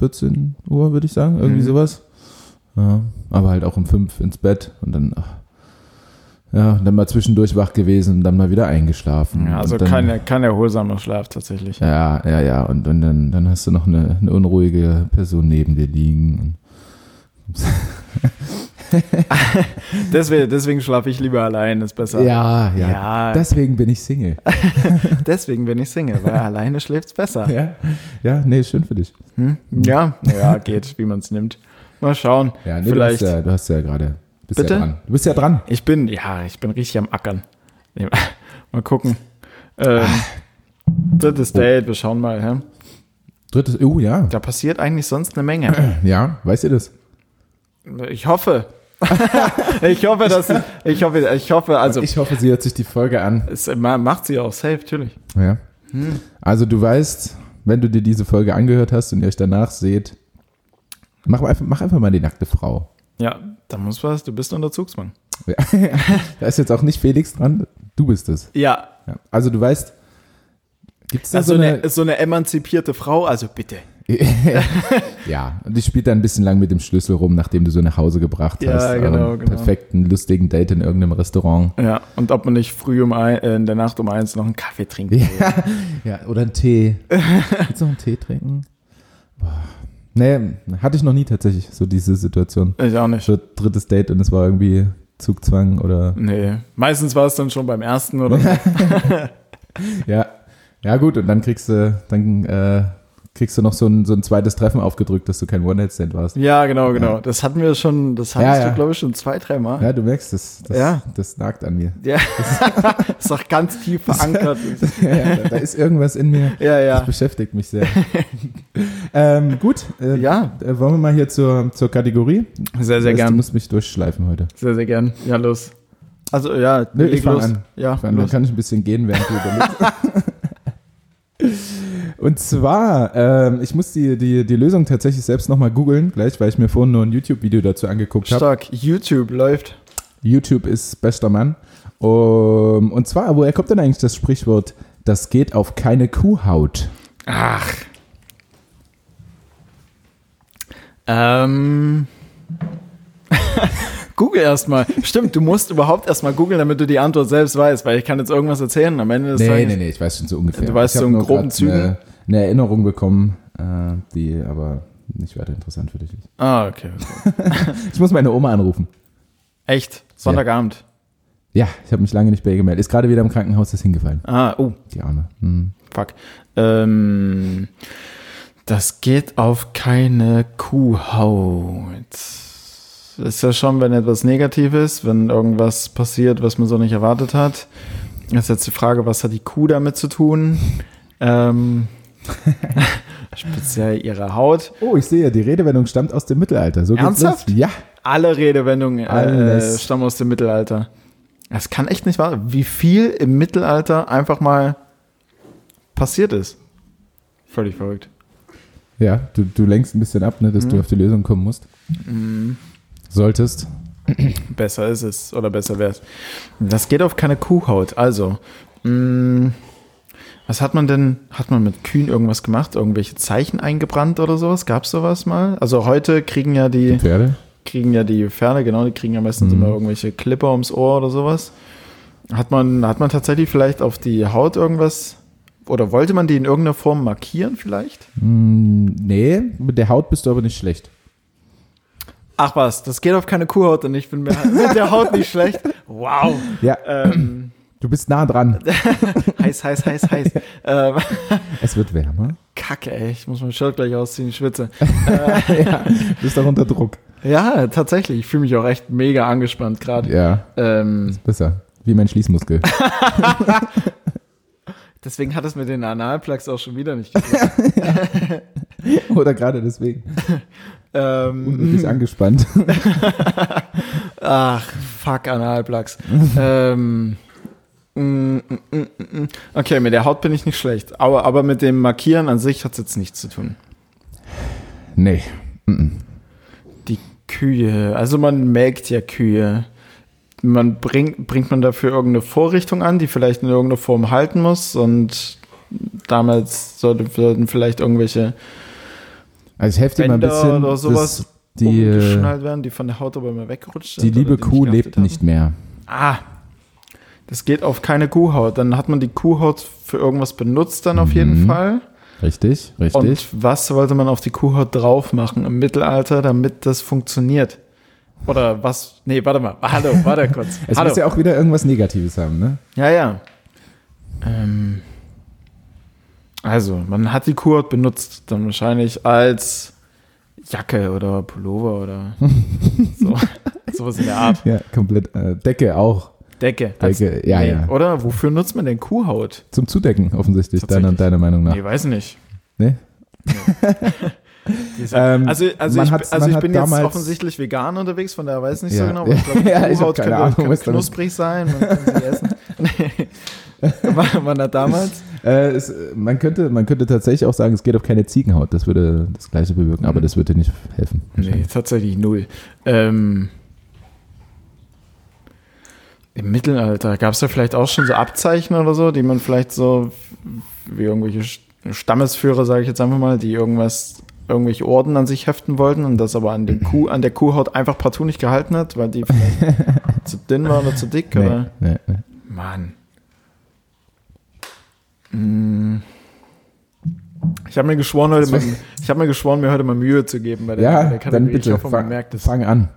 14 Uhr, würde ich sagen, irgendwie Mhm. sowas. Ja, aber halt auch um fünf ins Bett und dann, ach, ja, und dann mal zwischendurch wach gewesen und dann mal wieder eingeschlafen. Ja, also und dann, kein, kein erholsamer Schlaf tatsächlich. Ja, ja, ja. Und, und dann, dann hast du noch eine, eine unruhige Person neben dir liegen. Deswegen, deswegen schlafe ich lieber allein, ist besser. Ja, ja. Ja. Deswegen bin ich Single. Deswegen bin ich Single, weil alleine schläft's besser. ja. ja, nee, schön für dich. Hm? Ja, ja, geht, wie man es nimmt. Mal schauen. Ja, nee, Vielleicht. Du hast ja, du hast ja gerade. Bist Bitte? ja dran. Du bist ja dran. Ich bin, ja, ich bin richtig am Ackern. Nee, mal gucken. Ah. Ähm, drittes Date, wir schauen mal. Hä? Drittes, oh ja. Da passiert eigentlich sonst eine Menge. Ja, weißt ihr das? Ich hoffe. ich hoffe, dass ich, ich hoffe, ich hoffe, also Ich hoffe, sie hört sich die Folge an. es ma- macht sie auch safe, natürlich. Ja. Also du weißt, wenn du dir diese Folge angehört hast und ihr euch danach seht, mach einfach, mach einfach mal die nackte Frau. Ja, da muss was, du bist Unterzugsmann. Ja. da ist jetzt auch nicht Felix dran, du bist es. Ja, Ja. Also du weißt, gibt es da also so ne, eine... eine, so eine emanzipierte Frau, also bitte. ja, und die spielt da ein bisschen lang mit dem Schlüssel rum, nachdem du so nach Hause gebracht Ja, hast. genau, euren genau. Perfekten, lustigen Date in irgendeinem Restaurant. Ja, und ob man nicht früh um ein, äh, in der Nacht um eins noch einen Kaffee trinkt. Ja, oder einen Tee. Willst du noch einen Tee trinken? Boah. Nee, hatte ich noch nie tatsächlich so diese Situation. Ich auch nicht. So drittes Date und es war irgendwie Zugzwang oder. Nee. Meistens war es dann schon beim ersten oder so. Ja, ja gut, und dann kriegst du, dann äh, kriegst du noch so ein, so ein zweites Treffen aufgedrückt, dass du kein One-Night-Stand warst. Ja, genau, genau. Das hatten wir schon, das hattest ja. du, glaube ich, schon zwei, dreimal. Ja, du merkst, das, das, Ja. das nagt an mir. Ja. ist doch ganz tief verankert. Ja, ja, da, da ist irgendwas in mir. Ja, ja. Das beschäftigt mich sehr. ähm, gut, äh, Ja. äh, wollen wir mal hier zur, zur Kategorie? Sehr, sehr Weißt, Du gern. musst mich durchschleifen heute. Sehr, sehr gern. Ja, los. Also, ja, Nö, leg ich fang los. an. Ja, Dann los. kann ich ein bisschen gehen, während du überlegst. Und zwar, ähm, ich muss die, die, die Lösung tatsächlich selbst nochmal googeln, gleich, weil ich mir vorhin nur ein YouTube-Video dazu angeguckt habe. Stark. YouTube läuft. YouTube ist bester Mann. Um, und zwar, woher kommt denn eigentlich das Sprichwort, das geht auf keine Kuhhaut? Ach. Ähm. Google erstmal. Stimmt, du musst überhaupt erstmal googeln, damit du die Antwort selbst weißt, weil ich kann jetzt irgendwas erzählen am Ende des Nee, Tages. nee, nee, ich weiß schon so ungefähr. Du weißt ich hab so in nur groben grad Zügen? Eine, eine Erinnerung bekommen äh, die aber nicht weiter interessant für dich ist. Ah, okay. Ich muss meine Oma anrufen. Echt? Sonntagabend. Ja, ich habe mich lange nicht bei ihr gemeldet. Ist gerade wieder im Krankenhaus, ist hingefallen. Ah, oh, Die Arme. Hm. fuck. Ähm, das geht auf keine Kuhhaut. Ist ja schon, wenn etwas negativ ist, wenn irgendwas passiert, was man so nicht erwartet hat. Ist jetzt die Frage, was hat die Kuh damit zu tun? Ähm, speziell ihre Haut. Oh, ich sehe, die Redewendung stammt aus dem Mittelalter. So geht's Ernsthaft? los. Ja. Alle Redewendungen äh, Alles. stammen aus dem Mittelalter. Das kann echt nicht wahr sein, wie viel im Mittelalter einfach mal passiert ist. Völlig verrückt. Ja, du, du lenkst ein bisschen ab, ne, Mhm. dass du auf die Lösung kommen musst. Solltest. Besser ist es oder besser wär's. Das geht auf keine Kuhhaut. Also, mh, was hat man denn? Hat man mit Kühen irgendwas gemacht? Irgendwelche Zeichen eingebrannt oder sowas? Gab's sowas mal? Also heute kriegen ja die Pferde? kriegen ja die Pferde, genau, die kriegen ja meistens immer irgendwelche Clipper ums Ohr oder sowas. Hat man, hat man tatsächlich vielleicht auf die Haut irgendwas oder wollte man die in irgendeiner Form markieren vielleicht? Hm, nee, mit der Haut bist du aber nicht schlecht. Ach was, das geht auf keine Kuhhaut und ich bin mir mit der Haut nicht schlecht. Wow. Ja, Ähm, du bist nah dran. heiß, heiß, heiß, heiß. ähm, Es wird wärmer. Kacke, ey, ich muss mein Shirt gleich ausziehen, ich schwitze. ja, du bist auch unter Druck. Ja, tatsächlich, ich fühle mich auch echt mega angespannt gerade. Ja, Ähm, besser. Wie mein Schließmuskel. deswegen hat es mit den Analplugs auch schon wieder nicht geklappt. Oder gerade deswegen. ähm, Unnötig angespannt. Ach, fuck, Analplugs. ähm, mm, mm, mm, mm, mm. okay, mit der Haut bin ich nicht schlecht. Aber, aber mit dem Markieren an sich hat es jetzt nichts zu tun. Nee. Die Kühe, also man melkt ja Kühe. Man bringt, bringt man dafür irgendeine Vorrichtung an, die vielleicht in irgendeiner Form halten muss und damals sollte- sollten vielleicht irgendwelche Also ich helfe dir mal ein Bänder bisschen. oder sowas dass die, äh, umgeschnallt werden, die von der Haut aber immer weggerutscht die sind oder liebe nicht Kuh geachtet lebt haben. nicht mehr. Ah, das geht auf keine Kuhhaut. Dann hat man die Kuhhaut für irgendwas benutzt dann auf jeden Fall. Richtig, Und Mhm. richtig. was wollte man auf die Kuhhaut drauf machen im Mittelalter, damit das funktioniert? Oder was? Nee, warte mal. Hallo, warte kurz. es Hallo. muss ja auch wieder irgendwas Negatives haben, ne? ja, ja. Ähm, also, man hat die Kuhhaut benutzt, dann wahrscheinlich als Jacke oder Pullover oder so. sowas in der Art. Ja, komplett. Äh, Decke auch. Decke. Decke, ja, ja. Oder wofür nutzt man denn Kuhhaut? Zum Zudecken offensichtlich, deiner, Tatsächlich. deiner Meinung nach. Nee, weiß nicht. Ne? Die ist- Ähm, also also, man ich, hat's- also man ich hat bin jetzt damals- offensichtlich vegan unterwegs, von daher weiß ich nicht so Ja. genau. Aber ich glaube, Ja, ich hab Kuhhaut keine kann, Ahnung, kann was damit- knusprig sein, man kann sie essen. Nee. man, man hat damals, Äh, es, äh, man, könnte, man könnte tatsächlich auch sagen, es geht auf keine Ziegenhaut. Das würde das Gleiche bewirken, aber das würde dir nicht helfen. Mhm. nee, tatsächlich null. Ähm, Im Mittelalter gab es da vielleicht auch schon so Abzeichen oder so, die man vielleicht so wie irgendwelche St- Stammesführer, sage ich jetzt einfach mal, die irgendwas, irgendwelche Orden an sich heften wollten und das aber an, den Kuh, an der Kuhhaut einfach partout nicht gehalten hat, weil die vielleicht zu dünn war oder zu dick. Nee, Oder? nee, nee. Mann. Mm. Ich habe mir geschworen, heute mal, ich habe mir geschworen, mir heute mal Mühe zu geben bei der, bei Ja, der dann bitte, Ich hoffe, man fang, merkt es. fang an.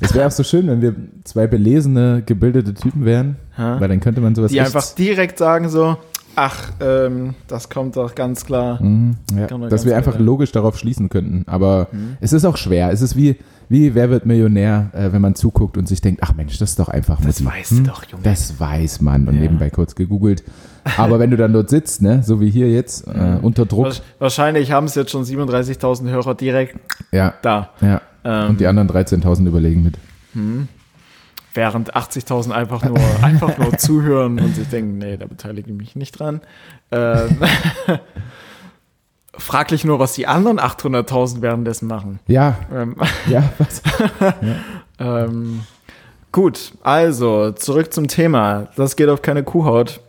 Es wäre auch so schön, wenn wir zwei belesene, gebildete Typen wären, Ja. weil dann könnte man sowas Die echt- einfach direkt sagen so, ach, ähm, das kommt doch ganz klar. Mhm, ja, Kann man dass ganz wir klar Mhm. einfach sagen. logisch darauf schließen könnten. Aber es ist auch schwer. Es ist wie, wie Wer wird Millionär, äh, wenn man zuguckt und sich denkt, ach Mensch, das ist doch einfach Das Mutti. weißt du doch, Junge. Das weiß man. Und Ja. nebenbei kurz gegoogelt. Aber wenn du dann dort sitzt, ne, so wie hier jetzt, äh, unter Druck, Wahrsch- Wahrscheinlich haben es jetzt schon 37.000 Hörer direkt ja, da. ja. Ähm, Und die anderen 13.000 überlegen mit. Während 80.000 einfach nur, einfach nur zuhören und sich denken, nee, da beteilige ich mich nicht dran. Ähm, fraglich nur, was die anderen 800.000 währenddessen machen. Ja, Ähm, ja, was? ähm, gut, also zurück zum Thema. Das geht auf keine Kuhhaut.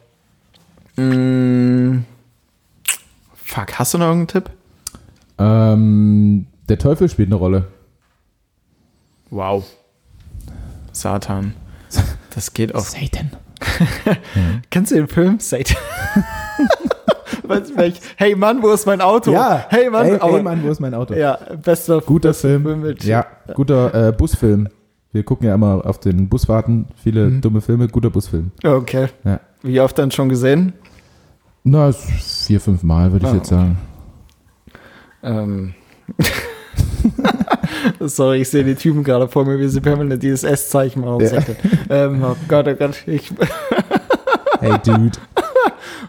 Mm, fuck, hast du noch irgendeinen Tipp? ähm, der Teufel spielt eine Rolle. Wow. Satan. Das geht auf Satan. Kennst du den Film Satan? Weiß ich nicht. Hey Mann, wo ist mein Auto? Ja. Hey Mann, Ey, aber, ey Mann, wo ist mein Auto? Ja, bester Guter Film. mit- Ja, guter äh, Busfilm. Wir gucken ja immer auf den Busfahrten. Viele Mhm. dumme Filme, guter Busfilm. Okay. Ja. Wie oft dann schon gesehen? Na, ist vier, fünf Mal, würde ich Ah, jetzt sagen. Ähm. Sorry, ich sehe die Typen gerade vor mir, wie sie permanent dieses S-Zeichen machen. Ja. Ähm, oh Gott, oh Gott, ich. Hey, Dude.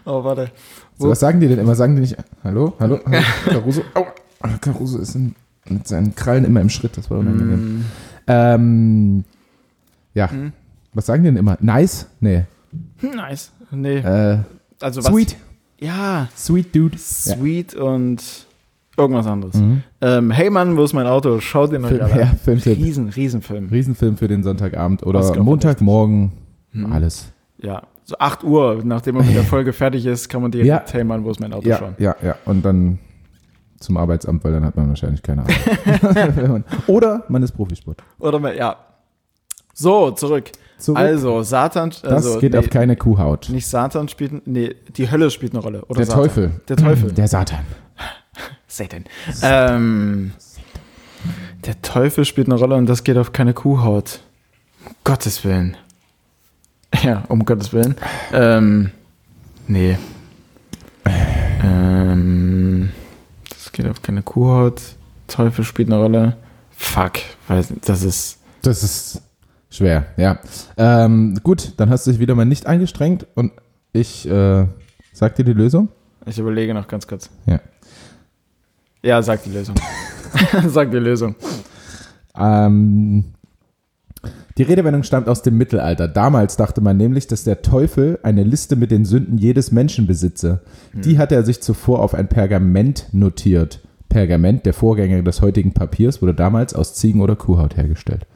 Oh, warte. So, was sagen die denn immer? Sagen die nicht, hallo, hallo, hallo Caruso? Aua. Caruso ist in, mit seinen Krallen immer im Schritt, das war Mhm. unangenehm. Ähm, ja, was sagen die denn immer? Nice? Nee. Hm, Nice. Nee. Äh, also was, sweet. Ja, Sweet Dude. Ja. Mhm. sweet und irgendwas anderes. Ähm, hey Mann, wo ist mein Auto? Schaut ihn euch Film, alle ja, an. Filmtipp. Riesen, Riesenfilm. Riesenfilm für den Sonntagabend oder Oscar Montagmorgen. Mhm. Alles. Ja, so 8 Uhr, nachdem man mit der Folge fertig ist, kann man direkt Ja. Hey Mann, wo ist mein Auto Ja, schauen. ja, ja. Und dann zum Arbeitsamt, weil dann hat man wahrscheinlich keine Ahnung. Wenn man- oder man ist Profisport. Oder mal, ja. So, zurück. Zurück. Also, Satan, Das also, geht nee, auf keine Kuhhaut. nicht Satan spielt, nee, die Hölle spielt eine Rolle. Oder Der Satan. Teufel. Der Teufel. Der Satan. Satan. Ähm, der Teufel spielt eine Rolle und das geht auf keine Kuhhaut. Um Gottes Willen. Ja, um Gottes Willen. Ähm, nee. Ähm, das geht auf keine Kuhhaut. Teufel spielt eine Rolle. Fuck, weiß nicht, das ist. Das ist schwer, ja. Ähm, gut, dann hast du dich wieder mal nicht angestrengt und ich äh, sag dir die Lösung. Ich überlege noch ganz kurz. Ja. Ja, sag die Lösung. sag die Lösung. Ähm, die Redewendung stammt aus dem Mittelalter. Damals dachte man nämlich, dass der Teufel eine Liste mit den Sünden jedes Menschen besitze. Hm. Die hatte er sich zuvor auf ein Pergament notiert. Pergament, der Vorgänger des heutigen Papiers, wurde damals aus Ziegen- oder Kuhhaut hergestellt.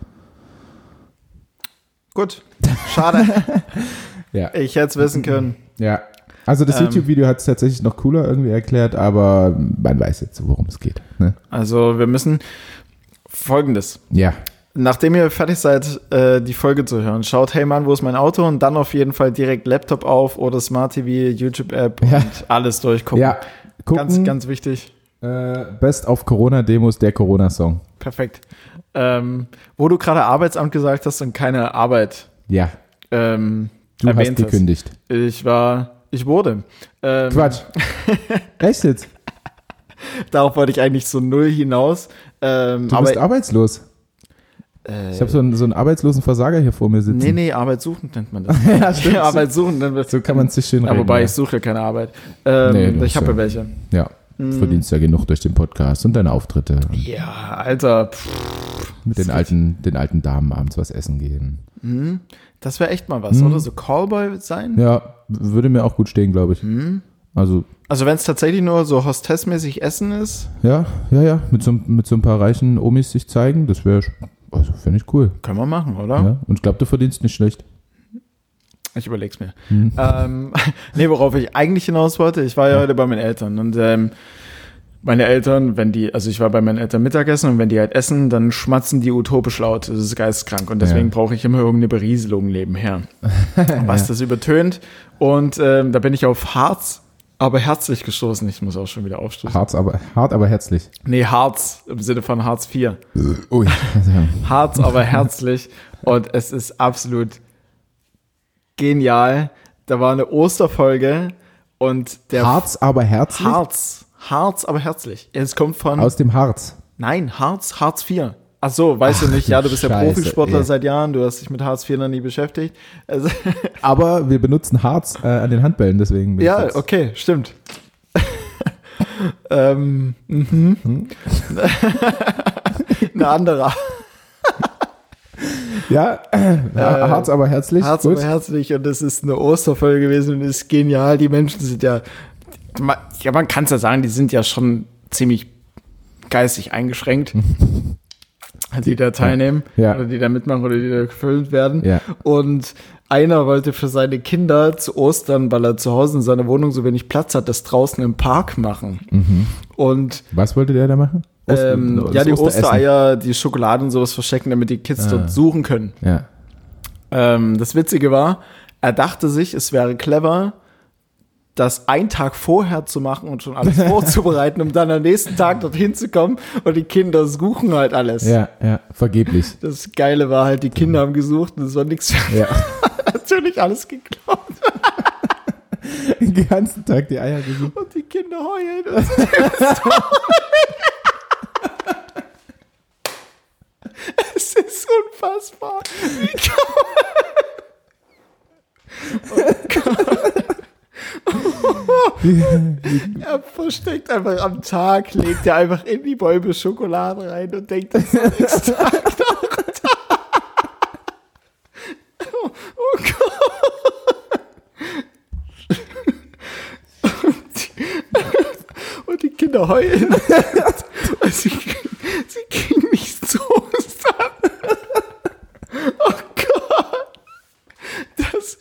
Gut. Schade. Ja. Ich hätte es wissen können. Ja. Also das Ähm. YouTube-Video hat es tatsächlich noch cooler irgendwie erklärt, aber man weiß jetzt, worum es geht. Ne? Also, wir müssen folgendes. Ja. Nachdem ihr fertig seid, äh, die Folge zu hören, schaut, hey Mann, wo ist mein Auto? Und dann auf jeden Fall direkt Laptop auf oder Smart TV, YouTube-App Ja. und alles durchgucken. Ja. Gucken, Ganz, ganz wichtig. Äh, Best auf Corona-Demos, der Corona-Song. Perfekt. Ähm, wo du gerade Arbeitsamt gesagt hast und keine Arbeit Ja. ähm, Du hast erwähnt hast. gekündigt. Ich war, ich wurde. Ähm, Quatsch. Echt jetzt? Darauf wollte ich eigentlich so null hinaus. Ähm, Du bist aber äh, arbeitslos. Ich habe so einen, so einen arbeitslosen Versager hier vor mir sitzen. nee, nee, Arbeitssuchend nennt man das. Ja, stimmt. Arbeitssuchend nennt man das. So kann man es sich schön Ja, reden. wobei ja. ich suche keine Arbeit. Ähm, Nee, du ich hast habe ja ja- welche. ja. Mm. Verdienst ja genug durch den Podcast und deine Auftritte. Ja, Alter, pff, Mit den alten, den alten Damen abends was essen gehen. das wäre echt mal was, oder? So Callboy sein? Hm. Ja, w- würde mir auch gut stehen, glaube ich. Hm? Also, Also wenn es tatsächlich nur so hostessmäßig Essen ist, ja, ja, ja. Mit so, mit so ein paar reichen Omis sich zeigen, das wäre, also finde ich cool. können wir machen, oder? Ja? Und ich glaube, du verdienst nicht schlecht. Ich überleg's mir. Ähm, nee, worauf ich eigentlich hinaus wollte, ich war ja heute bei meinen Eltern und ähm, meine Eltern, wenn die, also ich war bei meinen Eltern Mittagessen und wenn die halt essen, dann schmatzen die utopisch laut. Das ist geisteskrank und deswegen Ja. brauche ich immer irgendeine Berieselung nebenher, was das übertönt. Und ähm, da bin ich auf Harz, aber herzlich gestoßen. Ich muss auch schon wieder aufstoßen. Hart, aber, hart, aber herzlich. Nee, Harz im Sinne von Harz IV. Ui. Harz, aber herzlich. Und es ist absolut genial. Da war eine Osterfolge und der Harz, aber herzlich? Harz, Harz, aber herzlich. Es kommt von, Aus dem Harz. nein, Harz, Harz 4. Ach so, weißt du nicht, ja, du bist ja Scheiße, Profisportler ey. seit Jahren, du hast dich mit Harz 4 noch nie beschäftigt. Also, Aber wir benutzen Harz äh, an den Handbällen, deswegen. bin ich ja, jetzt- okay, stimmt. ähm, Mhm. mhm. eine andere Ja, ha- Harz, aber herzlich. Herz Gut. Äh, aber herzlich und es ist eine Osterfolge gewesen und es ist genial. Die Menschen sind ja, ma- ja man kann es ja sagen, die sind ja schon ziemlich geistig eingeschränkt, die da teilnehmen Ja. oder die da mitmachen oder die da gefüllt werden. Ja. Und einer wollte für seine Kinder zu Ostern, weil er zu Hause in seiner Wohnung so wenig Platz hat, das draußen im Park machen. Und Was wollte der da machen? Mhm. Ost- ähm, das ja, die Osteressen. Ah. Ostereier, die Schokolade und sowas verstecken, damit die Kids dort suchen können. Ja. Ähm, das Witzige war, er dachte sich, es wäre clever, das einen Tag vorher zu machen und schon alles vorzubereiten, um dann am nächsten Tag dorthin zu kommen und die Kinder suchen halt alles. Ja, ja, vergeblich. Das Geile war halt, die Kinder haben gesucht und es war nichts. Ja. Natürlich alles geklaut Den ganzen Tag die Eier gesucht. und die Kinder heulen. Und es ist unfassbar. Wie kann man- Er versteckt einfach am Tag, legt er einfach in die Bäume Schokolade rein und denkt, das ist am nächsten Tag da. Oh, oh Gott. Und die Kinder heulen. Und sie, sie kriegen nicht so ab. Oh Gott. Das.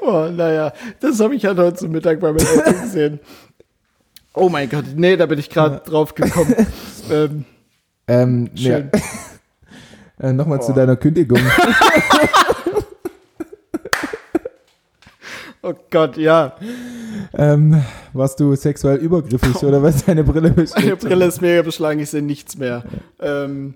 Oh, naja, das habe ich halt heute zum Mittag bei meinen Eltern gesehen. Oh mein Gott, nee, da bin ich gerade drauf gekommen. Ähm, Ähm, schön. Ja. Äh, Nochmal zu Boah. deiner Kündigung. Oh Gott, ja. ähm, warst du sexuell übergriffig oder was deine Brille Meine beschlägt? Brille ist mega beschlagen, ich sehe nichts mehr. Ähm,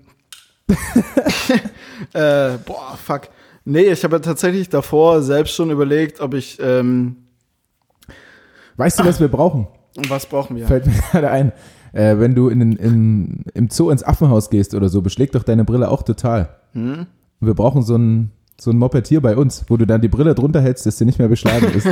äh, boah, fuck. Nee, ich habe ja tatsächlich davor selbst schon überlegt, ob ich. Ähm, Weißt du, was wir brauchen? was brauchen wir? Fällt mir gerade ein. Äh, wenn du in, den- in, im Zoo ins Affenhaus gehst oder so, beschlägt doch deine Brille auch total. Hm? Und wir brauchen so ein, so ein Moped hier bei uns, wo du dann die Brille drunter hältst, dass sie nicht mehr beschlagen ist.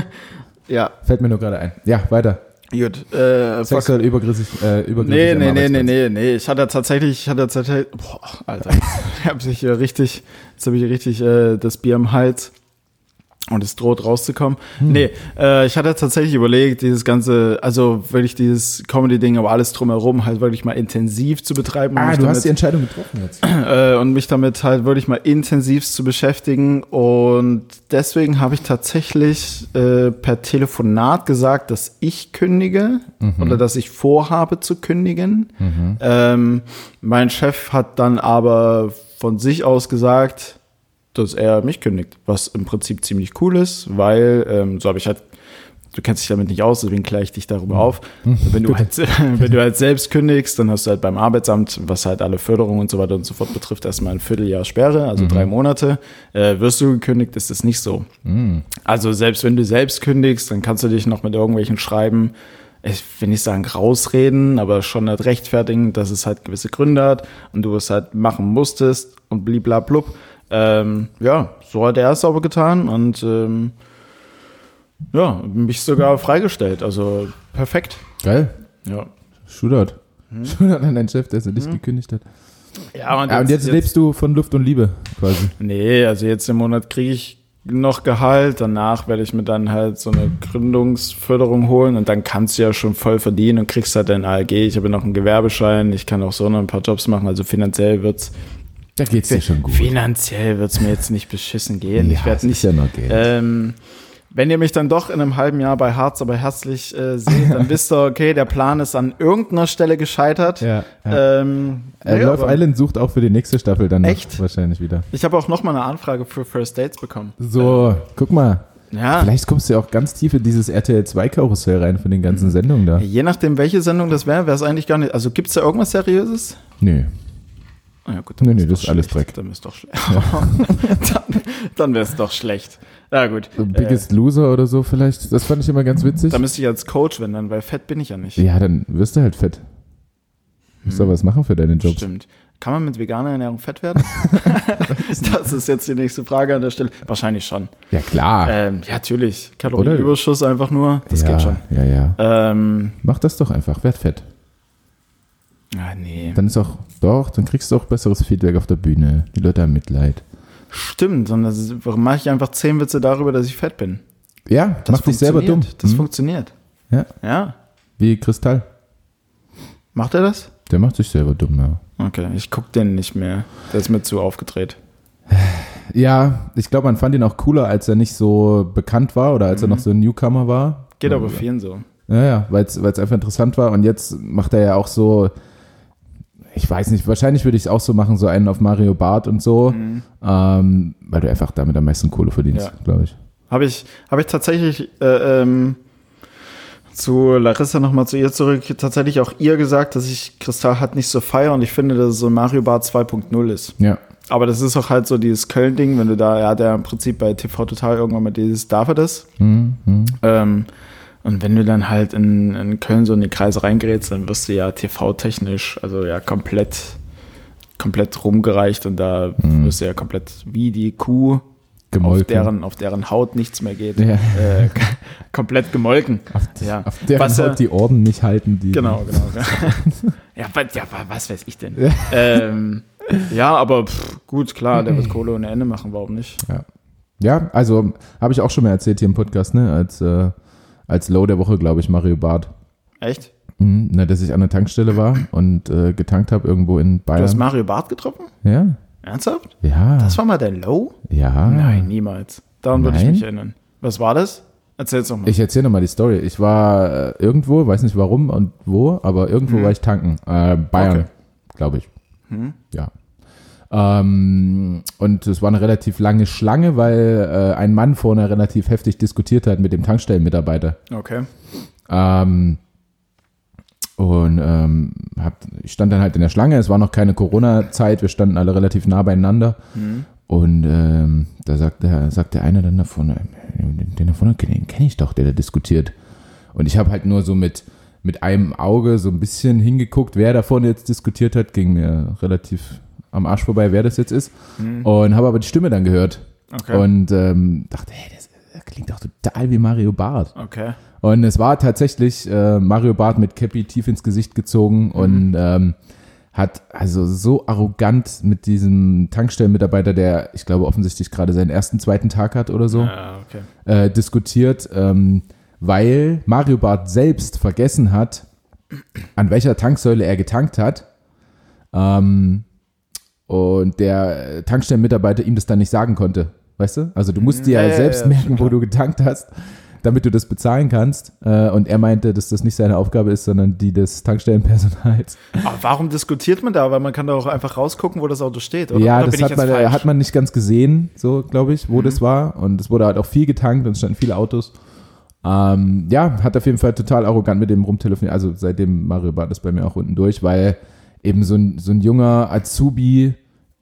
Ja, Fällt mir nur gerade ein. Ja, weiter. gut. Äh, fuck. Sexuell übergriffig. Äh, übergriffig Nee, am nee, nee, nee, Arbeitsplatz. nee, nee. Ich hatte tatsächlich, ich hatte tatsächlich, boah, Alter, ich hab sich hier richtig, jetzt habe ich hier richtig äh, das Bier im Hals und es droht rauszukommen. Hm. Nee, äh, ich hatte tatsächlich überlegt, dieses ganze, also wirklich dieses Comedy-Ding, aber alles drumherum halt wirklich mal intensiv zu betreiben. und Ah, mich du damit- hast die Entscheidung getroffen jetzt. äh, und mich damit halt wirklich mal intensivst zu beschäftigen. Und deswegen habe ich tatsächlich äh, per Telefonat gesagt, dass ich kündige oder dass ich vorhabe zu kündigen. Ähm, mein Chef hat dann aber von sich aus gesagt, dass er mich kündigt, was im Prinzip ziemlich cool ist, weil ähm, so habe ich halt. Du kennst dich damit nicht aus, deswegen kläre ich dich darüber auf. Wenn du, halt, wenn du halt selbst kündigst, dann hast du halt beim Arbeitsamt, was halt alle Förderungen und so weiter und so fort betrifft, erstmal ein Vierteljahr Sperre, also drei Monate. Äh, wirst du gekündigt, ist es nicht so. Also selbst wenn du selbst kündigst, dann kannst du dich noch mit irgendwelchen Schreiben, ich will nicht sagen rausreden, aber schon halt rechtfertigen, dass es halt gewisse Gründe hat und du es halt machen musstest und bliblablub. Ähm, ja, so hat er es aber getan und ähm, ja, mich sogar freigestellt. Also perfekt. Geil. Ja. Shootout. Hm? Shootout an deinen Chef, der so dich gekündigt hat. Ja, Ja, und jetzt, lebst du von Luft und Liebe quasi. Nee, also jetzt im Monat kriege ich noch Gehalt, danach werde ich mir dann halt so eine Gründungsförderung holen und dann kannst du ja schon voll verdienen und kriegst halt dein ALG. Ich habe noch einen Gewerbeschein, ich kann auch so noch ein paar Jobs machen, also finanziell wird's Da geht's dir schon gut. finanziell wird's mir jetzt nicht beschissen gehen. ich Ja, es werde ist nicht ja noch Geld. Ähm, wenn ihr mich dann doch in einem halben Jahr bei Harz aber herzlich äh, seht, dann wisst ihr, okay, der Plan ist an irgendeiner Stelle gescheitert. Ja, Ähm, Äh, nee, Love aber Island sucht auch für die nächste Staffel dann noch Echt? wahrscheinlich wieder. ich habe auch noch mal eine Anfrage für First Dates bekommen. So, guck mal. Ja. Vielleicht kommst du ja auch ganz tief in dieses RTL 2 Karussell rein von den ganzen Sendungen da. Je nachdem, welche Sendung das wäre, wäre es eigentlich gar nicht. Also gibt es da irgendwas Seriöses? Nö. Ah Ja, gut, Nee, wär's nee, das doch ist alles schlecht. Dreck. Dann ist doch schlecht. dann dann wäre es doch schlecht. Ja, gut. So Äh, Biggest Loser oder so vielleicht. Das fand ich immer ganz witzig. da müsste ich als Coach wenden, weil fett bin ich ja nicht. Ja, dann wirst du halt fett. Musst du Hm. aber was machen für deinen Job. Stimmt. Kann man mit veganer Ernährung fett werden? das ist jetzt die nächste Frage an der Stelle. Wahrscheinlich schon. Ja, klar. Ähm, ja, natürlich. Kalorienüberschuss einfach nur. Das ja, geht schon. Ja, ja. Ähm, Mach das doch einfach. Werd fett. ah, nee. Dann ist auch, doch, dann kriegst du auch besseres Feedback auf der Bühne. Die Leute haben Mitleid. Stimmt. Und das mache ich einfach zehn Witze darüber, dass ich fett bin. Ja, Das mach dich selber dumm. funktioniert. Das Hm? funktioniert. Ja. Ja. Wie Kristall. Macht er das? Der macht sich selber dumm, ja. Okay, ich guck den nicht mehr. Der ist mir zu aufgedreht. Ja, ich glaube, man fand ihn auch cooler, als er nicht so bekannt war oder Mhm. als er noch so ein Newcomer war. Geht aber vielen so. Ja, ja, weil es einfach interessant war. Und jetzt macht er ja auch so, ich weiß nicht, wahrscheinlich würde ich es auch so machen, so einen auf Mario Barth und so, ähm, weil du einfach damit am meisten Kohle verdienst, Mhm. Ja. glaube ich. Habe ich, habe ich tatsächlich äh, ähm, zu Larissa nochmal zu ihr zurück, tatsächlich auch ihr gesagt, dass ich Kristall hat nicht so feier und ich finde, dass es so ein Mario Bar 2.0 ist. Ja. Aber das ist auch halt so dieses Köln-Ding, wenn du da, ja, der im Prinzip bei TV Total irgendwann mal dieses, darf er das? Ähm, und wenn du dann halt in, in Köln so in die Kreise reingerätst, dann wirst du ja TV-technisch, also ja komplett, komplett rumgereicht und da wirst du ja komplett wie die Kuh, auf Gemolken. deren, auf deren Haut nichts mehr geht, Ja. äh, k- komplett gemolken. ja. Auf deren was, Haut äh, die Orden nicht halten, die. Genau, genau. ja, was, ja, wa- was weiß ich denn? ähm, ja, aber pff, gut, klar, der wird Kohle ohne Ende machen, warum nicht? Ja, also habe ich auch schon mal erzählt hier im Podcast, ne? Als, äh, als Low der Woche, glaube ich, Mario Barth. Echt? Mhm, na, dass ich an der Tankstelle war und äh, getankt habe irgendwo in Du hast Bayern. Mario Barth getroffen? Ja. Ernsthaft? Ja. Das war mal dein Low? ja. Nein, niemals. Daran würde ich Nein? mich erinnern. Was war das? Erzähl's doch mal. Ich erzähle nochmal die Story. Ich war äh, irgendwo, weiß nicht warum und wo, aber irgendwo war ich tanken. Äh, Bayern, Mhm. Okay. Mhm. glaube ich. Ja. Ähm, und es war eine relativ lange Schlange, weil äh, ein Mann vorne relativ heftig diskutiert hat mit dem Tankstellenmitarbeiter. okay. Ähm, und ähm, hab, ich stand dann halt in der Schlange. Es war noch keine Corona-Zeit. Wir standen alle relativ nah beieinander. Und ähm, da sagt der, sagt der eine dann da vorne, den, den da vorne kenne den kenn ich doch, der da diskutiert. Und ich habe halt nur so mit, mit einem Auge so ein bisschen hingeguckt, wer da vorne jetzt diskutiert hat. Ging mir relativ am Arsch vorbei, wer das jetzt ist. Und habe aber die Stimme dann gehört. Okay. Und ähm, dachte, hey, das, das klingt doch total wie Mario Barth. Okay. Und es war tatsächlich äh, Mario Barth mit Cappy tief ins Gesicht gezogen und ähm, hat also so arrogant mit diesem Tankstellenmitarbeiter, der ich glaube offensichtlich gerade seinen ersten, zweiten Tag hat oder so, Ah, okay. äh, diskutiert, ähm, weil Mario Barth selbst vergessen hat, an welcher Tanksäule er getankt hat. Ähm, und der äh, Tankstellenmitarbeiter ihm das dann nicht sagen konnte. Weißt du? Also du musst dir Ja, ja, ja, selbst ja, schon merken, wo du getankt hast, damit du das bezahlen kannst. Äh, und er meinte, dass das nicht seine Aufgabe ist, sondern die des Tankstellenpersonals. Aber warum diskutiert man da? Weil man kann doch auch einfach rausgucken, wo das Auto steht, oder? Ja, oder das hat man, äh, falsch? Mhm. hat man nicht ganz gesehen, so glaube ich, wo das war. Und es wurde halt auch viel getankt und es standen viele Autos. Ähm, ja, hat auf jeden Fall total arrogant mit dem rumtelefoniert. Also seitdem Mario Barth ist bei mir auch unten durch, weil eben so ein, so ein junger Azubi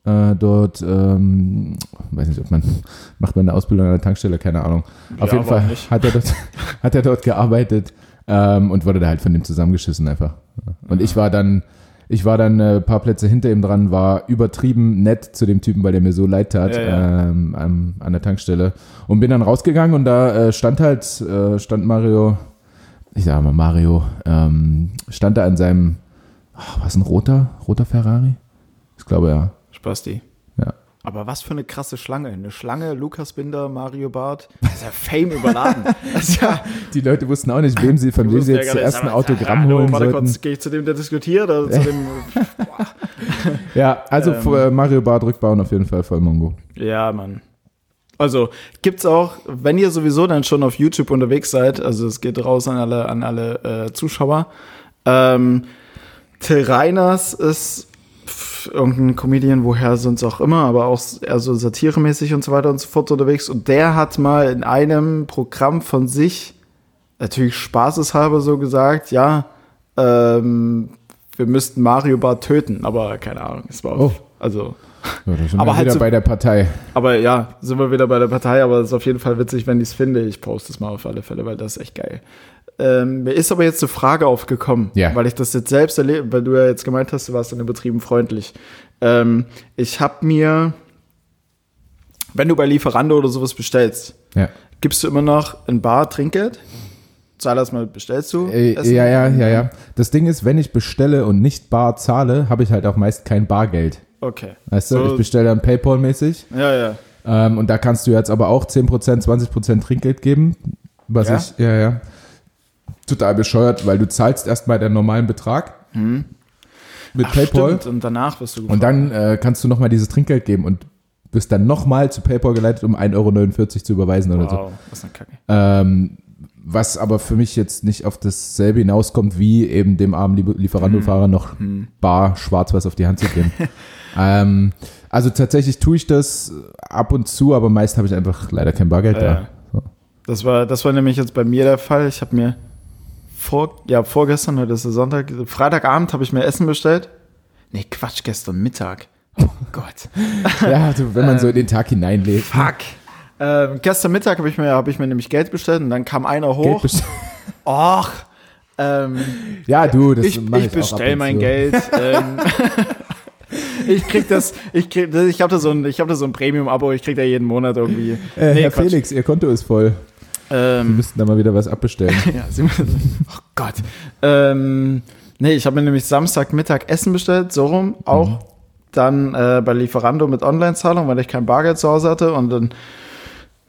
äh, dort, ähm, weiß nicht, ob man, macht man eine Ausbildung an der Tankstelle, keine Ahnung. Auf Ja, jeden warum Fall nicht? hat er, dort, hat er dort gearbeitet ähm, und wurde da halt von dem zusammengeschissen einfach. Und ich war dann, ich war dann äh, ein paar Plätze hinter ihm dran, war übertrieben nett zu dem Typen, weil der mir so leid tat Ja, ja. Ähm, an, an der Tankstelle. Und bin dann rausgegangen und da äh, stand halt, äh, stand Mario, ich sag mal Mario, ähm, stand da an seinem, ach, was ein roter, roter Ferrari? Ich glaube ja. Spasti. Ja. Aber was für eine krasse Schlange. Eine Schlange, Lukas Binder, Mario Barth. Das ist ja Fame überladen. Das ist ja, Die Leute wussten auch nicht, wem sie, von wem sie jetzt zuerst ein Autogramm Hallo, holen warte sollten. kurz, gehe ich zu dem, der diskutiert? Oder zu dem, Ja, also Ähm. äh, Mario Barth rückbauen auf jeden Fall voll Mongo. ja, Mann. Also gibt's auch, wenn ihr sowieso dann schon auf YouTube unterwegs seid, also es geht raus an alle, an alle äh, Zuschauer. Ähm, Till Reiners ist pf, irgendein Comedian, woher sonst auch immer, aber auch eher so satiremäßig und so weiter und so fort unterwegs. Und der hat mal in einem Programm von sich, natürlich spaßeshalber so gesagt, ja, ähm, wir müssten Mario Bart töten, aber keine Ahnung, es war Oh. also Ja, da sind Aber wir halt wieder so- bei der Partei. aber ja, sind wir wieder bei der Partei, aber es ist auf jeden Fall witzig, wenn ich es finde. Ich poste es mal auf alle Fälle, weil das ist echt geil. Ähm, mir ist aber jetzt eine Frage aufgekommen, Ja. weil ich das jetzt selbst erlebe, weil du ja jetzt gemeint hast, du warst dann übertrieben freundlich. Ähm, ich habe mir, wenn du bei Lieferando oder sowas bestellst, Ja. gibst du immer noch ein Bar Trinkgeld? Zahl das mal, bestellst du? Äh, Essen? ja, ja, ja, ne? ja. Das Ding ist, wenn ich bestelle und nicht bar zahle, habe ich halt auch meist kein Bargeld. Okay. Weißt du, So- ich bestelle dann PayPal-mäßig. ja, ja. Ähm, und da kannst du jetzt aber auch 10%, 20% Trinkgeld geben. Was Ja? ich, ja, ja. Total bescheuert, weil du zahlst erstmal deinen normalen Betrag mit Hm. Ach, PayPal. Stimmt, und danach wirst du Und dann äh, kannst du nochmal dieses Trinkgeld geben und bist dann nochmal zu PayPal geleitet, um 1,49 Euro zu überweisen oder so. Wow, was eine Kacke. Ähm, was aber für mich jetzt nicht auf dasselbe hinauskommt, wie eben dem armen Lie- Mhm. Lieferando-Fahrer noch bar schwarz-weiß auf die Hand zu geben. ähm, also tatsächlich tue ich das ab und zu, aber meist habe ich einfach leider kein Bargeld Ah, Ja. da. So. Das war, das war nämlich jetzt bei mir der Fall. Ich habe mir vor, ja, vorgestern, heute ist der Sonntag, Freitagabend habe ich mir Essen bestellt. Nee, Quatsch, gestern Mittag. Oh Gott. Ja, also, wenn man so in den Tag hineinlebt. Fuck. Ähm, gestern Mittag habe ich, mir- hab ich mir nämlich Geld bestellt und dann kam einer hoch. Geld bestell- Och. Ähm, ja, du, das ich, mach ich auch ab und bestell mein zu. Geld. ähm, ich krieg das, ich krieg, das- ich habe da so ein, ich habe da so ein Premium-Abo, ich krieg da jeden Monat irgendwie. Äh, Nee, Herr Quatsch. Felix, Ihr Konto ist voll. Wir Ähm, müssten da mal wieder was abbestellen. ja, sie- oh Gott. Ähm, nee, ich habe mir nämlich Samstagmittag Essen bestellt, so rum, auch dann äh, bei Lieferando mit Online-Zahlung, weil ich kein Bargeld zu Hause hatte und dann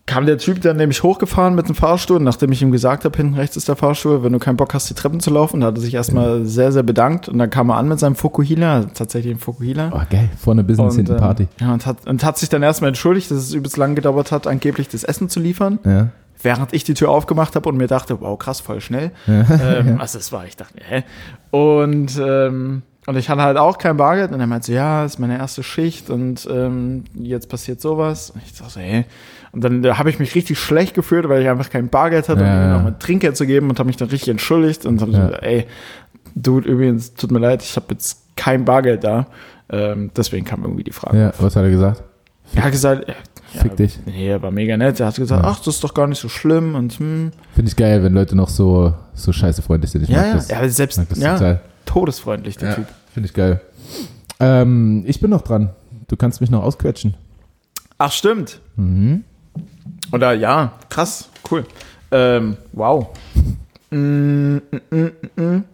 kam der Typ dann nämlich hochgefahren mit dem Fahrstuhl, und nachdem ich ihm gesagt habe, hinten rechts ist der Fahrstuhl, wenn du keinen Bock hast, die Treppen zu laufen, da hat er sich erstmal sehr, sehr bedankt und dann kam er an mit seinem Fukuhila, tatsächlich ein Fukuhila. Oh, geil, vorne Business, Und, hinten ähm, Party. ja, und, hat, und hat sich dann erstmal entschuldigt, dass es übelst lang gedauert hat, angeblich das Essen zu liefern Ja. während ich die Tür aufgemacht habe und mir dachte, wow, krass, voll schnell. ähm, also es war, ich dachte, hä? Und, ähm, und ich hatte halt auch kein Bargeld und er meinte so, ja, ist meine erste Schicht und ähm, jetzt passiert sowas. Und ich dachte so, hä? Und dann da habe ich mich richtig schlecht gefühlt, weil ich einfach kein Bargeld hatte, um Ja, ihm ja. nochmal Trinkgeld zu geben und habe mich dann richtig entschuldigt und habe Ja. so, ey, Dude, übrigens, tut mir leid, ich habe jetzt kein Bargeld da. Ähm, deswegen kam irgendwie die Frage. ja, was hat er gesagt? Er hat gesagt, äh, Fick dich. nee, er war mega nett. Er hat gesagt, Ja. ach, das ist doch gar nicht so schlimm und hm. Finde ich geil, wenn Leute noch so, so scheiße freundlich sind. Ich Ja, mag ja, das. ja selbst mag das ja, total. todesfreundlich, der Ja, Typ. Finde ich geil. Ähm, ich bin noch dran. Du kannst mich noch ausquetschen. Ach, stimmt. Mhm. Oder ja, krass, cool. Ähm, wow. Mm, mm, mm, mm.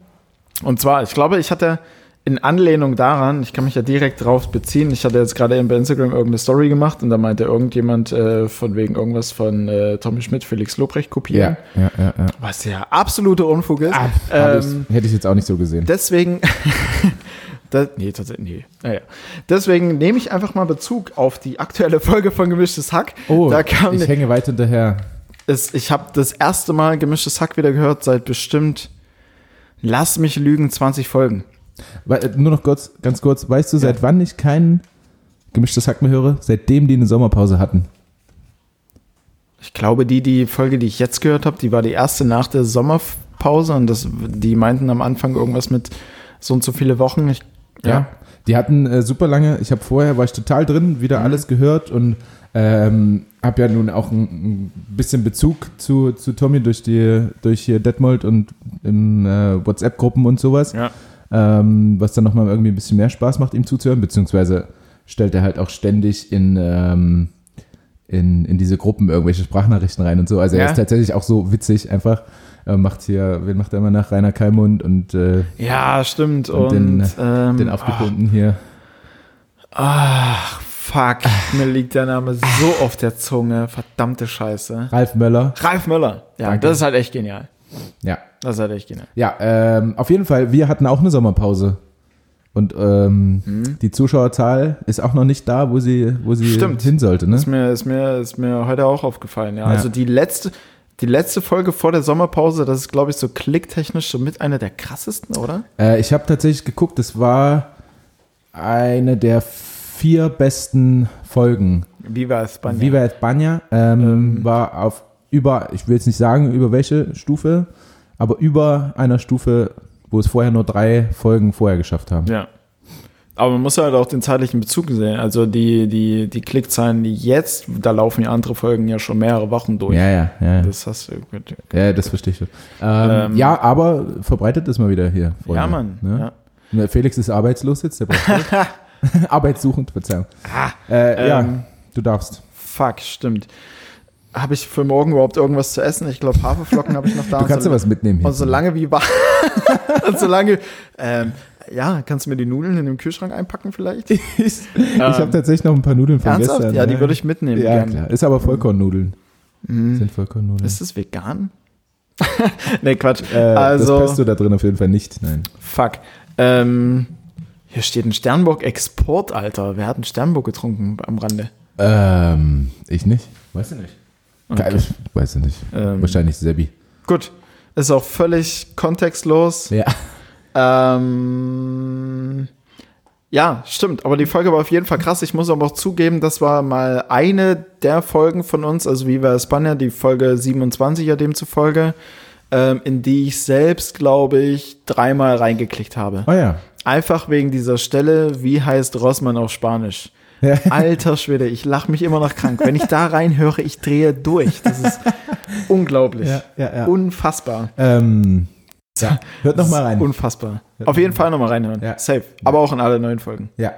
Und zwar, ich glaube, ich hatte in Anlehnung daran, ich kann mich ja direkt drauf beziehen, ich hatte jetzt gerade eben bei Instagram irgendeine Story gemacht und da meinte irgendjemand äh, von wegen irgendwas von äh, Tommy Schmidt, Felix Lobrecht kopieren, ja, ja. ja. was ja absolute Unfug ist. Ähm, Ah, hab ich- hätte ich jetzt auch nicht so gesehen. Deswegen. das, nee, tatsächlich. Nee. Ah, Naja. Deswegen nehme ich einfach mal Bezug auf die aktuelle Folge von Gemischtes Hack. Oh, da kam ich hänge weit hinterher. es, ich habe das erste Mal Gemischtes Hack wieder gehört seit bestimmt, lass mich lügen, 20 Folgen. Wei- äh, Nur noch kurz, ganz kurz. Weißt du, seit wann ich kein gemischtes Hack mehr höre? Seitdem die eine Sommerpause hatten. Ich glaube, die, die Folge, die ich jetzt gehört habe, die war die erste nach der Sommerpause und das, die meinten am Anfang irgendwas mit so und so viele Wochen. Ich, Die hatten äh, super lange, ich habe vorher, war ich total drin, wieder Mhm. alles gehört und ähm, habe ja nun auch ein, ein bisschen Bezug zu, zu Tommy durch die durch hier Detmold und in äh, WhatsApp-Gruppen und sowas. Ja. Ähm, was dann nochmal irgendwie ein bisschen mehr Spaß macht, ihm zuzuhören, beziehungsweise stellt er halt auch ständig in, ähm, in, in diese Gruppen irgendwelche Sprachnachrichten rein und so. Also er Ja. ist tatsächlich auch so witzig einfach. Äh, macht hier, wen macht er immer nach? Rainer Kalmund und äh, Ja, stimmt. Und, Und den- äh, ähm, den aufgepumpten hier. Ah. Ach, fuck. Mir liegt der Name so auf der Zunge. Verdammte Scheiße. Ralf Möller. Ralf Möller. Ja, Danke. das ist halt echt genial. Ja, Das ist halt echt genial. ja ähm, auf jeden Fall, wir hatten auch eine Sommerpause. Und ähm, Hm. die Zuschauerzahl ist auch noch nicht da, wo sie, wo sie Stimmt. hin sollte. Ne? Ist mir, ist mir, ist mir heute auch aufgefallen. Ja, Ja. also die letzte, die letzte Folge vor der Sommerpause, das ist, glaube ich, so klicktechnisch so mit einer der krassesten, oder? Äh, ich habe tatsächlich geguckt, es war eine der vier besten Folgen. Viva España. Viva España ähm, war auf über, ich will jetzt nicht sagen über welche Stufe, aber über einer Stufe, wo es vorher nur drei Folgen vorher geschafft haben. Ja. Aber man muss halt auch den zeitlichen Bezug sehen. Also die, die, die Klickzahlen jetzt, da laufen ja andere Folgen ja schon mehrere Wochen durch. Ja, ja, ja. ja. Das hast du gut. Ja, das verstehe ich schon. Ähm, Ähm. ja, aber verbreitet das mal wieder hier. Freunde, Ja, Mann. Ne? Ja. Na, Felix ist arbeitslos jetzt, der braucht Geld. Arbeitssuchend, Verzeihung. äh, ähm. ja, du darfst. Fuck, stimmt. Habe ich für morgen überhaupt irgendwas zu essen? Ich glaube, Haferflocken habe ich noch da. Du kannst ja und was mitnehmen hier. Und solange wie war. und solange. Ähm, ja, kannst du mir die Nudeln in den Kühlschrank einpacken vielleicht? Ähm, ich ich habe tatsächlich noch ein paar Nudeln von Ernsthaft? gestern. ne? ja, die würde ich mitnehmen. Ja, gern. klar. Ist aber Vollkornnudeln. Sind Vollkornnudeln. Ist das vegan? nee, Quatsch. äh, das also, Pesto da drin auf jeden Fall nicht, nein. fuck. Ähm, hier steht ein Sternburg-Export, Alter. Wer hat einen Sternburg getrunken am Rande? Ähm, ich nicht. Weißt du nicht? Geil, ich weiß ich nicht. Ähm. Wahrscheinlich Sebi. Gut. Ist auch völlig kontextlos. Ja. Ähm, Ja, stimmt. Aber die Folge war auf jeden Fall krass. Ich muss aber auch zugeben, das war mal eine der Folgen von uns, also Viva España, die Folge 27 ja demzufolge, ähm, in die ich selbst, glaube ich, dreimal reingeklickt habe. Ah ja. Einfach wegen dieser Stelle, wie heißt Rossmann auf Spanisch? Ja. Alter Schwede, ich lache mich immer noch krank. Wenn ich da reinhöre, ich drehe durch. Das ist unglaublich. Ja, ja, ja. Unfassbar. Ähm, ja. Hört nochmal Das ist rein. Unfassbar. Auf jeden Fall nochmal reinhören. Ja. Safe. Aber auch in alle neuen Folgen. Ja,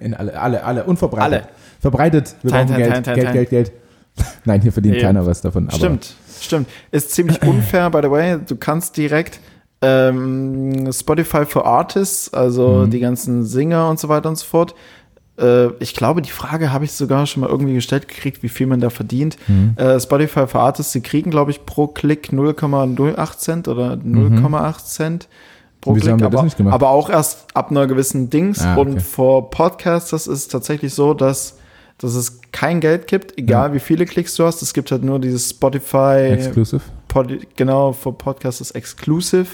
in alle, alle, alle, unverbreitet. Alle. Verbreitet. Wir Teilen, brauchen teilen, Geld, teilen, Geld, teilen, Geld, Geld. Nein, hier verdient Nee. keiner was davon. Aber Stimmt, stimmt. Ist ziemlich unfair, by the way. Du kannst direkt ähm, Spotify for Artists, Mhm. also die ganzen Singer und so weiter und so fort. Äh, ich glaube, die Frage habe ich sogar schon mal irgendwie gestellt gekriegt, wie viel man da verdient. Mhm. Äh, Spotify for Artists, sie kriegen, glaube ich, pro Klick 0,08 Cent oder 0,8 Cent. Pro Mhm. Wieso Klick, haben wir das aber, nicht gemacht? aber auch erst ab einer gewissen Dings. Ah, okay. Und vor Podcasts das ist tatsächlich so, dass, dass es kein Geld gibt, egal wie viele Klicks du hast. Es gibt halt nur dieses Spotify, Exclusive. Pod, genau, für Podcasts ist Exclusive,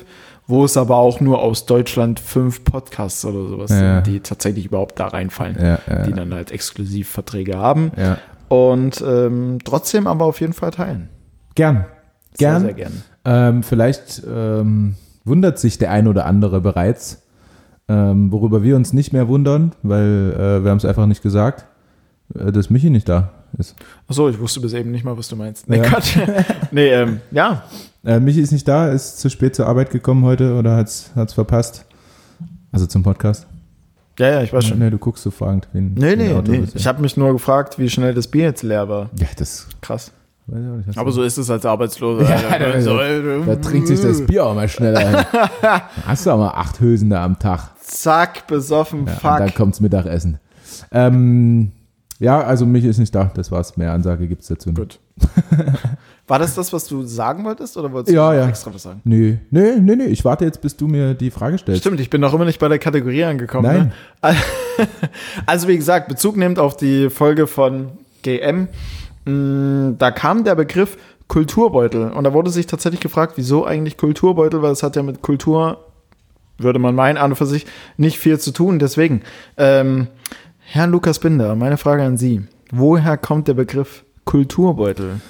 wo es aber auch nur aus Deutschland fünf Podcasts oder sowas Ja. sind, die tatsächlich überhaupt da reinfallen, Ja, ja, die ja. dann halt Exklusivverträge haben. Ja. Und ähm, trotzdem aber auf jeden Fall teilen. Gern. Gern. Sehr, sehr gern. Ähm, vielleicht ähm, wundert sich der ein oder andere bereits, ähm, worüber wir uns nicht mehr wundern, weil äh, wir haben es einfach nicht gesagt, äh, dass Michi nicht da ist. Achso, ich wusste bis eben nicht mal, was du meinst. Nee, Ja. Quatsch. nee, ähm, ja, Äh, Michi ist nicht da, ist zu spät zur Arbeit gekommen heute oder hat es verpasst. Also zum Podcast. ja, ja, ich weiß schon. Nee, du guckst so fragend wie ein wie Nee, ein nee, Auto nee. bist, ja. Ich habe mich nur gefragt, wie schnell das Bier jetzt leer war. ja, das Krass. weiß ich auch nicht. was Aber so ist es als Arbeitsloser. Alter. da- So, Da äh, trinkt sich das Bier auch mal schneller ein. Hast du auch mal acht Hülsen da am Tag. Zack, besoffen, Ja, und Ah, dann fuck. kommt's Mittagessen. Ähm, ja, also mich ist nicht da, das war's. Mehr Ansage gibt's dazu nicht. Gut. War das das, was du sagen wolltest? Oder wolltest Ja, du noch ja. extra was sagen? Nee, nee, nee, nee, ich warte jetzt, bis du mir die Frage stellst. Stimmt, ich bin noch immer nicht bei der Kategorie angekommen. Nein. Ne? Also, wie gesagt, Bezug nehmend auf die Folge von GM, mh, da kam der Begriff Kulturbeutel. Und da wurde sich tatsächlich gefragt, wieso eigentlich Kulturbeutel, weil es hat ja mit Kultur, würde man meinen, an und für sich nicht viel zu tun. Deswegen, ähm, Herr Lukas Binder, meine Frage an Sie. Woher kommt der Begriff Kulturbeutel?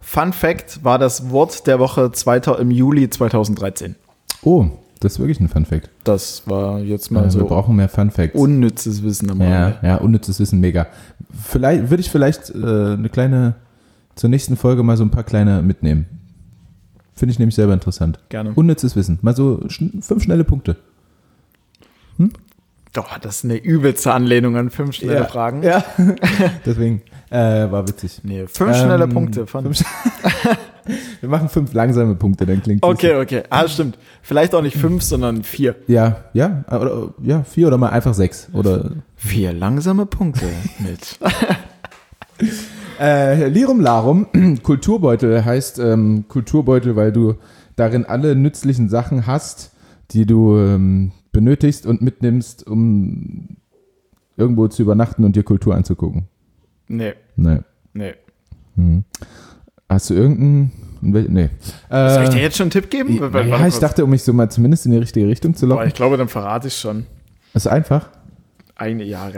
Fun Fact war das Wort der Woche 2000, im Juli 2013. Oh, das ist wirklich ein Fun Fact. Das war jetzt Äh, mal Wir so brauchen mehr Fun Facts. unnützes Wissen am ja, Rande. ja, unnützes Wissen, mega. Vielleicht würde ich vielleicht äh, eine kleine zur nächsten Folge mal so ein paar kleine mitnehmen. Finde ich nämlich selber interessant. Gerne. Unnützes Wissen. Mal so schn fünf schnelle Punkte. Doch, das ist eine übelste Anlehnung an fünf schnelle Ja. Fragen. Ja. Deswegen äh, war witzig. Nee, fünf schnelle Ähm, Punkte. Von fünf- Wir machen fünf langsame Punkte, Hm. dann klingt okay, okay. Ah, stimmt. Vielleicht auch nicht fünf, sondern vier. Ja, ja, äh, oder, ja, vier oder mal einfach sechs. Oder Vier langsame Punkte mit. äh, Lirum Larum, Kulturbeutel heißt ähm, Kulturbeutel, weil du darin alle nützlichen Sachen hast, die du ähm, benötigst und mitnimmst, um irgendwo zu übernachten und dir Kultur anzugucken. Nee, Nee. nee. Hast du irgendeinen? in wel- Nee. Äh, Soll ich dir jetzt schon einen Tipp geben? Warte ja, kurz. ich dachte, um mich so mal zumindest in die richtige Richtung zu Boah, locken. ich glaube, dann verrate ich schon. Ist einfach. Ein Jahr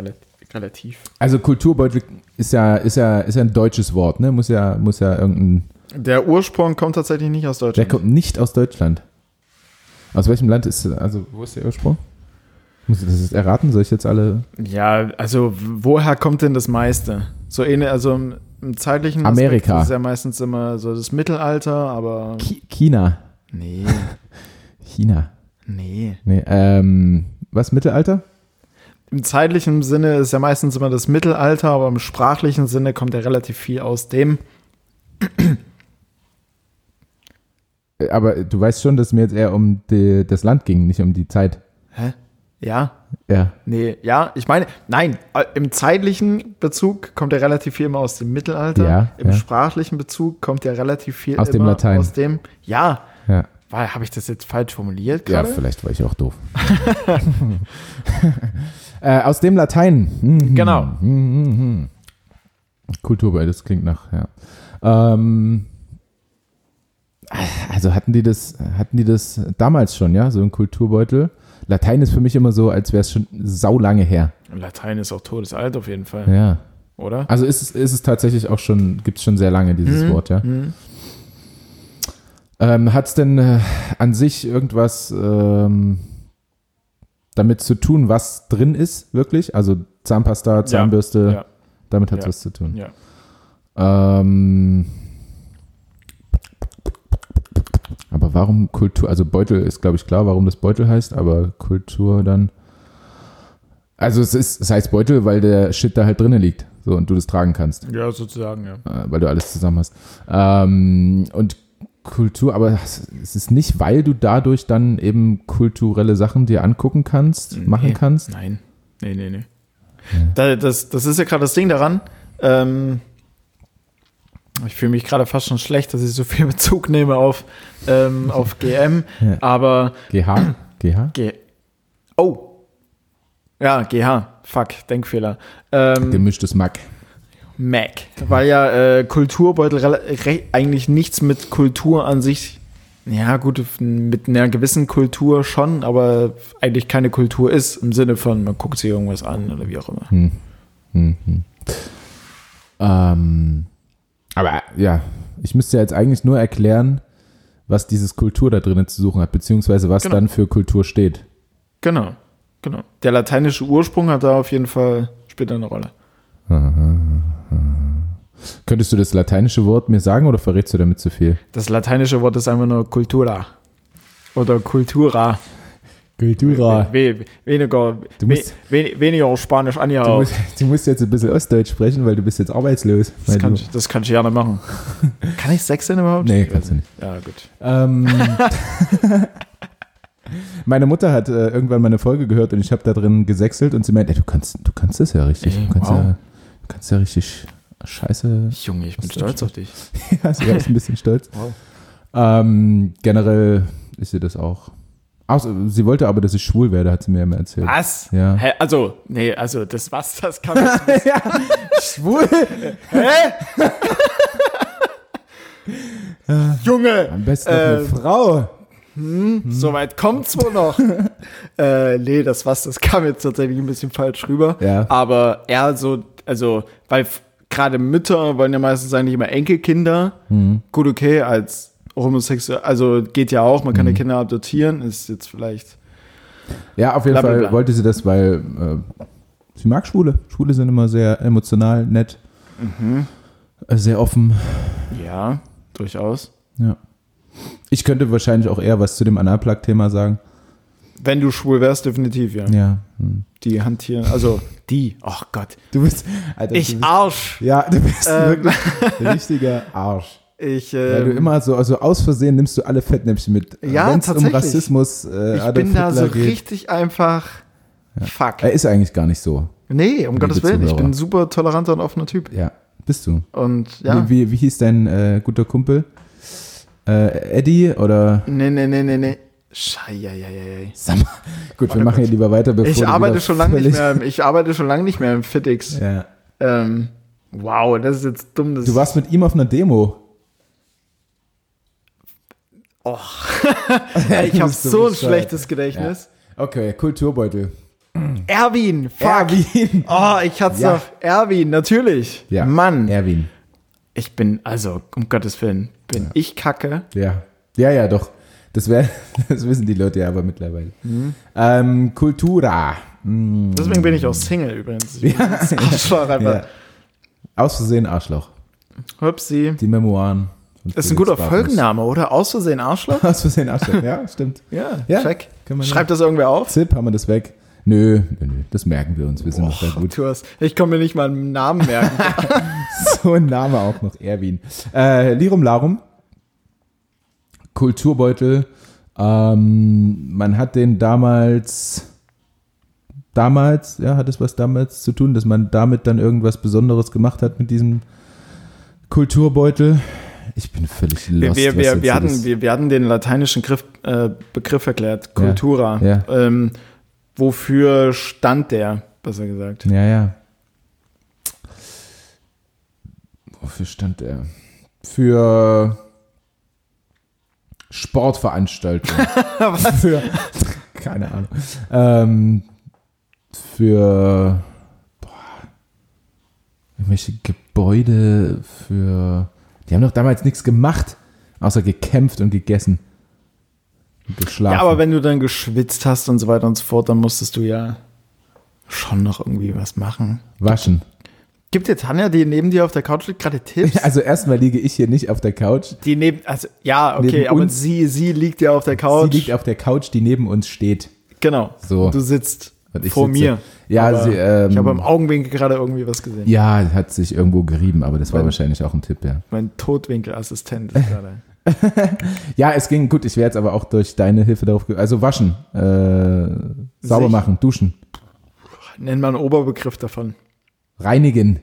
relativ. Also Kulturbeutel ist ja, ist ja, ist ja ein deutsches Wort, ne? Muss ja, muss ja irgendein. Der Ursprung kommt tatsächlich nicht aus Der Deutschland. kommt nicht aus Deutschland. Aus welchem Land ist, also wo ist der Ursprung? Muss ich das jetzt erraten? Soll ich jetzt alle? Ja, also w- woher kommt denn das meiste? So ähnlich, also im, im zeitlichen Amerika. ist es ja meistens immer so das Mittelalter, aber Chi- China. nee, China. nee. Nee, ähm, was, Mittelalter? Im zeitlichen Sinne ist ja meistens immer das Mittelalter, aber im sprachlichen Sinne kommt ja relativ viel aus dem. Äh, Aber du weißt schon, dass mir jetzt eher um die, das Land ging, nicht um die Zeit. Hä? Ja, Ja. nee, ja, ich meine, nein, äh, im zeitlichen Bezug kommt ja relativ viel immer aus dem Mittelalter. Ja, Im ja. sprachlichen Bezug kommt ja relativ viel Aus dem immer Latein. aus dem. Ja, Ja. habe ich das jetzt falsch formuliert Ja, gerade? vielleicht war ich auch doof. äh, aus dem Latein. Mhm. Genau. Mhm. Kulturbeutel, das klingt nach, ja. Ähm, Also hatten die das, hatten die das damals schon, ja, so ein Kulturbeutel. Latein ist für mich immer so, als wäre es schon saulange her. Latein ist auch todesalt auf jeden Fall, Ja. oder? Also ist es, ist es tatsächlich auch schon, gibt es schon sehr lange dieses Wort, ja. Ähm, Hat es denn äh, an sich irgendwas ähm, damit zu tun, was drin ist, wirklich? Also Zahnpasta, Zahnbürste, Ja, damit hat es Ja. was zu tun. ja. Ähm, aber warum Kultur, also Beutel ist, glaube ich, klar, warum das Beutel heißt, aber Kultur dann. Also es ist, es heißt Beutel, weil der Shit da halt drinnen liegt. So, und du das tragen kannst ja, sozusagen, ja. äh, weil du alles zusammen hast. Ähm, und Kultur, aber es ist nicht, weil du dadurch dann eben kulturelle Sachen dir angucken kannst, machen Nee. kannst. Nein. Nee, nee, nee. Da, das, das ist ja gerade das Ding daran. Ähm, ich fühle mich gerade fast schon schlecht, dass ich so viel Bezug nehme auf, ähm, auf GM. Ja. Aber GH? GH? G. Oh! Ja, GH. Fuck, Denkfehler. Ähm, Gemischtes Mack. Mac. Weil ja äh, Kulturbeutel rela- re eigentlich nichts mit Kultur an sich. Ja, gut, mit einer gewissen Kultur schon, aber eigentlich keine Kultur ist, im Sinne von, man guckt sich irgendwas an oder wie auch immer. Hm. Hm, hm. Ähm, aber ja, ich müsste ja jetzt eigentlich nur erklären, was dieses Kultur da drinnen zu suchen hat, beziehungsweise was Genau. dann für Kultur steht. Genau, genau. Der lateinische Ursprung hat da auf jeden Fall später eine Rolle. Könntest du das lateinische Wort mir sagen oder verrätst du damit zu viel? Das lateinische Wort ist einfach nur cultura. Oder cultura. Kultura. We, weniger, Du musst- we, weniger auf Spanisch Du angehaucht. musst, du musst jetzt ein bisschen Ostdeutsch sprechen, weil du bist jetzt arbeitslos. Das Weil kann, du, ich, das kann ich gerne machen. kann ich Sex denn überhaupt? nee, kannst du nicht. Ja, gut. Ähm, meine Mutter hat äh, irgendwann meine Folge gehört und ich habe da drin gesächselt und sie meint, ey, du kannst, du kannst das ja richtig. Ey, du, kannst Mhm. wow. ja, du kannst ja richtig scheiße. Junge, ich bin Was stolz denn? auf dich. ja, sie ist ein bisschen stolz. Wow. Ähm, generell ist sie das auch. Ach, so, sie wollte aber, dass ich schwul werde, hat sie mir immer erzählt. Was? Ja. Ah. Hä? Also, nee, also das was, das kann man. ja, schwul? Junge, Am besten noch eine Ähm. Frau. Hm. soweit kommt's wohl noch. äh, nee, das was, das kam jetzt tatsächlich ein bisschen falsch rüber. Ja. Aber eher so, also, weil f- gerade Mütter wollen ja meistens eigentlich immer Enkelkinder. Hm. Gut, okay, als homosexuell, also geht ja auch, man kann ja Hm. Kinder adoptieren, ist jetzt vielleicht. Ja, auf jeden Bla, bla, Fall bla. wollte sie das, weil äh, sie mag Schwule. Schwule sind immer sehr emotional, nett, äh, sehr offen. Ja, durchaus. Ja. Ich könnte wahrscheinlich auch eher was zu dem Analplug-Thema sagen. Wenn du schwul wärst, definitiv, ja. Ja. Hm. Die hantieren, also die, ach oh Gott. Du bist. Alter, du Ich bist, Arsch! Ja, du bist Ähm. wirklich ein richtiger Arsch. Ich, Weil du ähm, immer so also aus Versehen nimmst du alle Fettnäpfchen mit. Ja, Wenn's um tatsächlich. Rassismus, äh, ich Adolf bin da Hitler so geht. richtig einfach. Fuck. Er ist eigentlich gar nicht so. nee, um Gottes Willen, ich Zuhörer. bin ein super toleranter und offener Typ. Ja, bist du. Und ja. Wie, wie, wie hieß dein äh, guter Kumpel? Äh, Eddie oder Nee, nee, nee, nee, nee. Scheieieiei. Sag mal. Gut, wir machen hier lieber weiter, bevor Ich du arbeite wieder schon lange nicht völlig- mehr, im- ich arbeite schon lange nicht mehr im Fitix. Ja. Ähm, wow, das ist jetzt dumm. Das Du warst mit ihm auf einer Demo. Och. Oh. ich habe bist so so ein bescheuert. schlechtes Gedächtnis. Okay, Kulturbeutel. Erwin, fuck. Erwin. Oh, ich hat's Ja. noch. Erwin, natürlich. Ja. Mann. Erwin. Ich bin, also, um Gottes Willen, bin ich kacke. Ja. Ja, ja, doch. Das, wär, das wissen die Leute ja aber mittlerweile. Mhm. Ähm, Kultura. Deswegen bin ich auch Single übrigens. Ich bin das Arschloch einfach. Ja. Aus Versehen Arschloch. Hupsi. Die Memoiren. von Das ist ein Felix guter Bartels. Folgenname, oder? Aus Versehen Arschloch? Aus Versehen Arschloch, ja, stimmt. Ja, Ja, check. kann man Schreibt das irgendwer auf? Zip, haben wir das weg? Nö, nö, nö, das merken wir uns. Wir sind noch sehr gut. Du hast, ich kann mir nicht mal einen Namen merken. So ein Name auch noch, Erwin. Äh, Lirum Larum. Kulturbeutel. Ähm, man hat den damals, damals, ja, hat es was damals zu tun, dass man damit dann irgendwas Besonderes gemacht hat mit diesem Kulturbeutel. Ich bin völlig wir, lost. wir, was wir, jetzt wir, das- hatten, wir, wir hatten den lateinischen Griff, äh, Begriff erklärt, Cultura. ja. Ähm, wofür stand der, besser gesagt? Ja, ja. Wofür stand er? Für Sportveranstaltung. Für, keine Ahnung. Ähm, für boah, irgendwelche Gebäude, für. Die haben doch damals nichts gemacht, außer gekämpft und gegessen. Und geschlafen. Ja, aber wenn du dann geschwitzt hast und so weiter und so fort, dann musstest du ja schon noch irgendwie was machen. Waschen. Gibt dir Tanja, die neben dir auf der Couch liegt, gerade Tipps? Also erstmal liege ich hier nicht auf der Couch. Die neben, also ja, okay, Neben aber uns? sie, sie liegt ja auf der Couch. Sie liegt auf der Couch, die neben uns steht. genau. So. Du sitzt Und ich vor sitze. mir. Ja, Aber sie, ähm, ich habe im Augenwinkel gerade irgendwie was gesehen. Ja, hat sich irgendwo gerieben, aber das war wahrscheinlich auch ein Tipp, ja. Mein Totwinkelassistent ist gerade. Ja, es ging gut. Ich wäre jetzt aber auch durch deine Hilfe darauf. ge- Also waschen, äh, sauber Sich- machen, duschen, Nenn mal einen Oberbegriff davon. reinigen,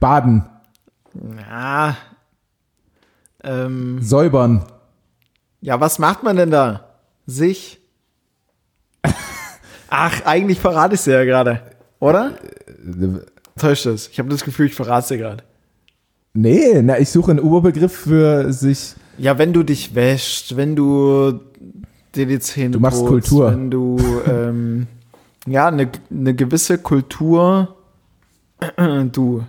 baden, Ja. Ähm, säubern. ja, was macht man denn da? Sich? Ach, eigentlich verrate ich sie ja gerade. Oder? Täuscht das. Ich habe das Gefühl, ich verrate sie gerade. Nee, na, ich suche einen Oberbegriff für sich. Ja, wenn du dich wäschst, wenn du dir die Zähne Du machst Kultur. Wenn du, ähm, ja, eine eine gewisse Kultur, du.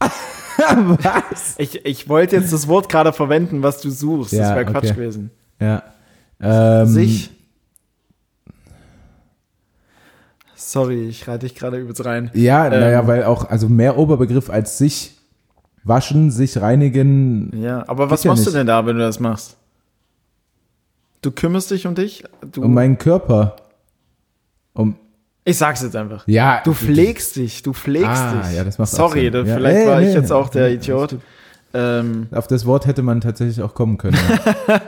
Was? Ich, ich wollte jetzt das Wort gerade verwenden, was du suchst. das Ja, wäre Quatsch okay. gewesen. Ja. Ähm, Sich. Sorry, ich reite dich gerade übelst rein. Ja, Ähm. naja, weil auch, also mehr Oberbegriff als sich waschen, sich reinigen, Ja, aber was ja machst nicht. du denn da, wenn du das machst? Du kümmerst dich um dich? Du, um meinen Körper. Um, ich sag's jetzt einfach. ja, Du pflegst dich, du pflegst Ah, dich. ja, das macht auch Sorry, Sinn. da, Ja, vielleicht nee, war nee, ich jetzt nee, auch der nee, Idiot. Ähm, Auf das Wort hätte man tatsächlich auch kommen können. ah,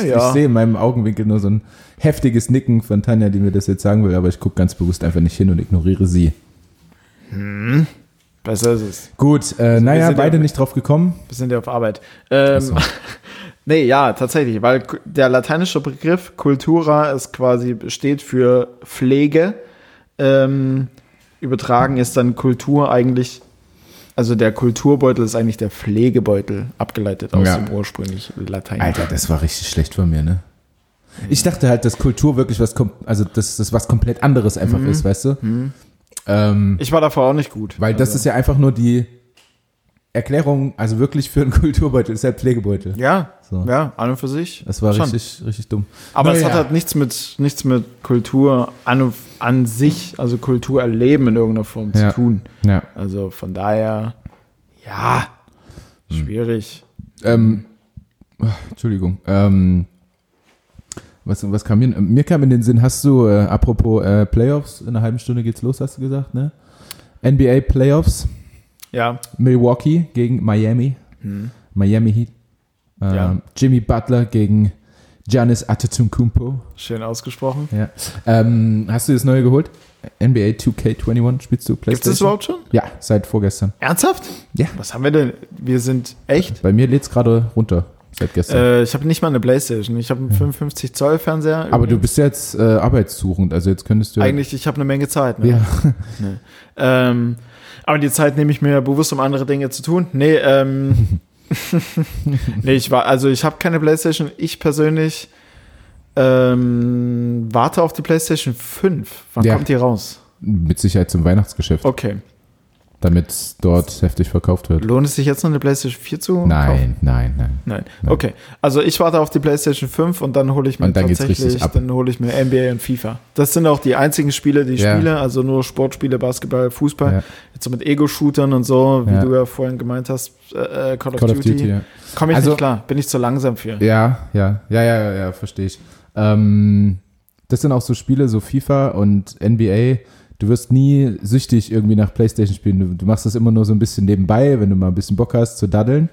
Ich, ja. ich sehe in meinem Augenwinkel nur so ein heftiges Nicken von Tanja, die mir das jetzt sagen will, aber ich gucke ganz bewusst einfach nicht hin und ignoriere sie. Besser ist es. Gut, äh, naja, sind ja- beide nicht drauf gekommen. Wir sind ja auf Arbeit. Ähm, so. nee, ja, tatsächlich, weil ku- der lateinische Begriff Cultura ist quasi steht für Pflege. Ähm, übertragen ist dann Kultur eigentlich, also der Kulturbeutel ist eigentlich der Pflegebeutel, abgeleitet aus Ja. dem ursprünglich Latein. Alter, das war richtig schlecht von mir, ne? Ich dachte halt, dass Kultur wirklich was, kom also dass das was komplett anderes einfach Mhm. ist, weißt du? Ähm, Ich war davor auch nicht gut. weil das Also- ist ja einfach nur die Erklärung, also wirklich für einen Kulturbeutel, ist ja ein Pflegebeutel. Ja, So. ja, an und für sich. Das war Schon. richtig, richtig dumm. Aber es Naja. hat halt nichts mit, nichts mit Kultur an, und- an sich, also Kultur erleben in irgendeiner Form Ja. zu tun. Ja. Also von daher, ja, Hm. schwierig. Ähm, ach, Entschuldigung. Ähm, was, was kam mir? Mir kam in den Sinn, hast du, äh, apropos äh, Playoffs, in einer halben Stunde geht's los, hast du gesagt, ne? NBA Playoffs, Ja, Milwaukee gegen Miami, Miami Heat, ähm, Mhm. Ja. Jimmy Butler gegen Giannis Antetokounmpo. schön ausgesprochen. Ja. Ähm, hast du das neue geholt? NBA 2K21 spielst du Gibt es das PlayStation? überhaupt schon? Ja, seit vorgestern. Ernsthaft? Ja. Was haben wir denn? Wir sind echt. Bei mir lädt's gerade runter seit gestern. Äh, ich habe nicht mal eine Playstation. Ich habe einen 55 Zoll Fernseher. Aber du bist jetzt äh, arbeitssuchend, also jetzt könntest du ja- Eigentlich, ich habe eine Menge Zeit. Ne? Ja. Ähm, aber die Zeit nehme ich mir ja bewusst, um andere Dinge zu tun. Nee, ähm, nee ich war, also ich habe keine Playstation. Ich persönlich ähm, warte auf die Playstation 5. Wann Ja. kommt die raus? Mit Sicherheit zum Weihnachtsgeschäft, Okay. damit es dort heftig verkauft wird. Lohnt es sich jetzt noch eine PlayStation 4 zu? kaufen? Nein, nein, nein. Nein. Okay. Also ich warte auf die PlayStation 5 und dann hole ich mir Und dann geht's tatsächlich, richtig ab. dann hole ich mir NBA und FIFA. Das sind auch die einzigen Spiele, die ich Ja. spiele, also nur Sportspiele, Basketball, Fußball. Ja. Jetzt so mit Ego-Shootern und so, wie Ja. du ja vorhin gemeint hast, äh, äh, Call, Call of Duty. ja. Komme ich Also- nicht klar, bin ich zu langsam für. Ja, ja, ja, ja, ja, ja verstehe ich. Ähm, das sind auch so Spiele, so FIFA und NBA. Du wirst nie süchtig irgendwie nach Playstation-Spielen. Du, du machst das immer nur so ein bisschen nebenbei, wenn du mal ein bisschen Bock hast zu daddeln.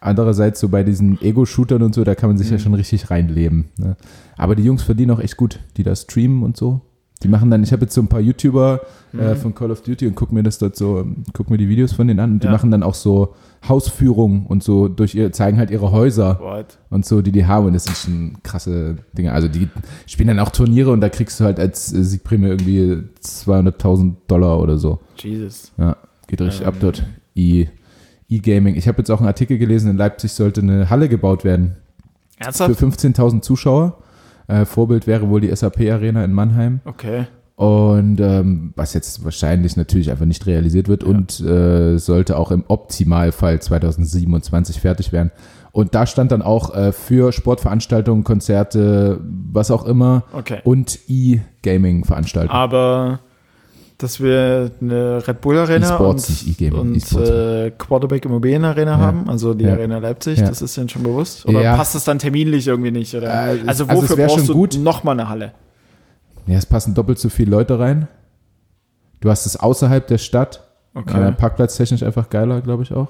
Andererseits so bei diesen Ego-Shootern und so, da kann man sich ja schon richtig reinleben. Ne? Aber die Jungs verdienen auch echt gut, die da streamen und so. Die machen dann, ich habe jetzt so ein paar YouTuber äh, von Call of Duty und gucke mir das dort so, guck mir die Videos von denen an. Und die Ja. machen dann auch so Hausführungen und so durch ihr, zeigen halt ihre Häuser What? und so, die die haben. Und das sind schon krasse Dinge. Also die spielen dann auch Turniere und da kriegst du halt als äh, Siegprämie irgendwie 200.000 Dollar oder so. Jesus. Ja, geht richtig Ähm. ab dort. E E-Gaming. Ich habe jetzt auch einen Artikel gelesen, in Leipzig sollte eine Halle gebaut werden für Ernsthaft? 15.000 Zuschauer. Äh, Vorbild wäre wohl die SAP Arena in Mannheim. Okay. Und ähm, was jetzt wahrscheinlich natürlich einfach nicht realisiert wird und äh, sollte auch im Optimalfall 2027 fertig werden. Und da stand dann auch äh, für Sportveranstaltungen, Konzerte, was auch immer Okay. und E-Gaming-Veranstaltungen. Aber dass wir eine Red Bull Arena E-Sports, nicht und, E-Gaming, und E-Sports. äh, Quarterback Immobilien Arena haben, also die Ja. Arena Leipzig, Ja. das ist denen schon bewusst. Oder Ja. passt es dann terminlich irgendwie nicht? Oder? Äh, es- also also es wofür wär brauchst schon du gut. nochmal eine Halle? Ja, es passen doppelt so viele Leute rein. Du hast es außerhalb der Stadt. Okay. Mhm. Äh, parkplatztechnisch einfach geiler, glaube ich auch.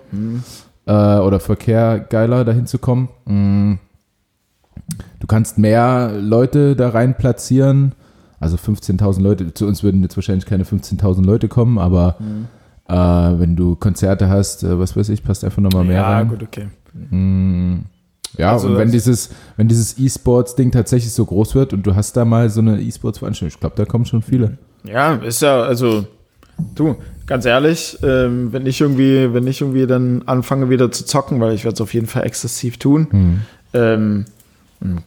Äh, oder Verkehr geiler, dahin zu kommen. Mm. Du kannst mehr Leute da rein platzieren. Also 15.000 Leute. Zu uns würden jetzt wahrscheinlich keine 15.000 Leute kommen, aber Mhm. äh, wenn du Konzerte hast, äh, was weiß ich, passt einfach nochmal mehr ja, rein. gut, okay. Ja, Also und wenn das- dieses, wenn dieses E-Sports-Ding tatsächlich so groß wird und du hast da mal so eine E-Sports-Veranstaltung, ich glaube, da kommen schon Mhm. viele. Ja, ist ja, also, du, ganz ehrlich, ähm, wenn ich irgendwie, wenn ich irgendwie dann anfange wieder zu zocken, weil ich werde es auf jeden Fall exzessiv tun, Hm. ähm,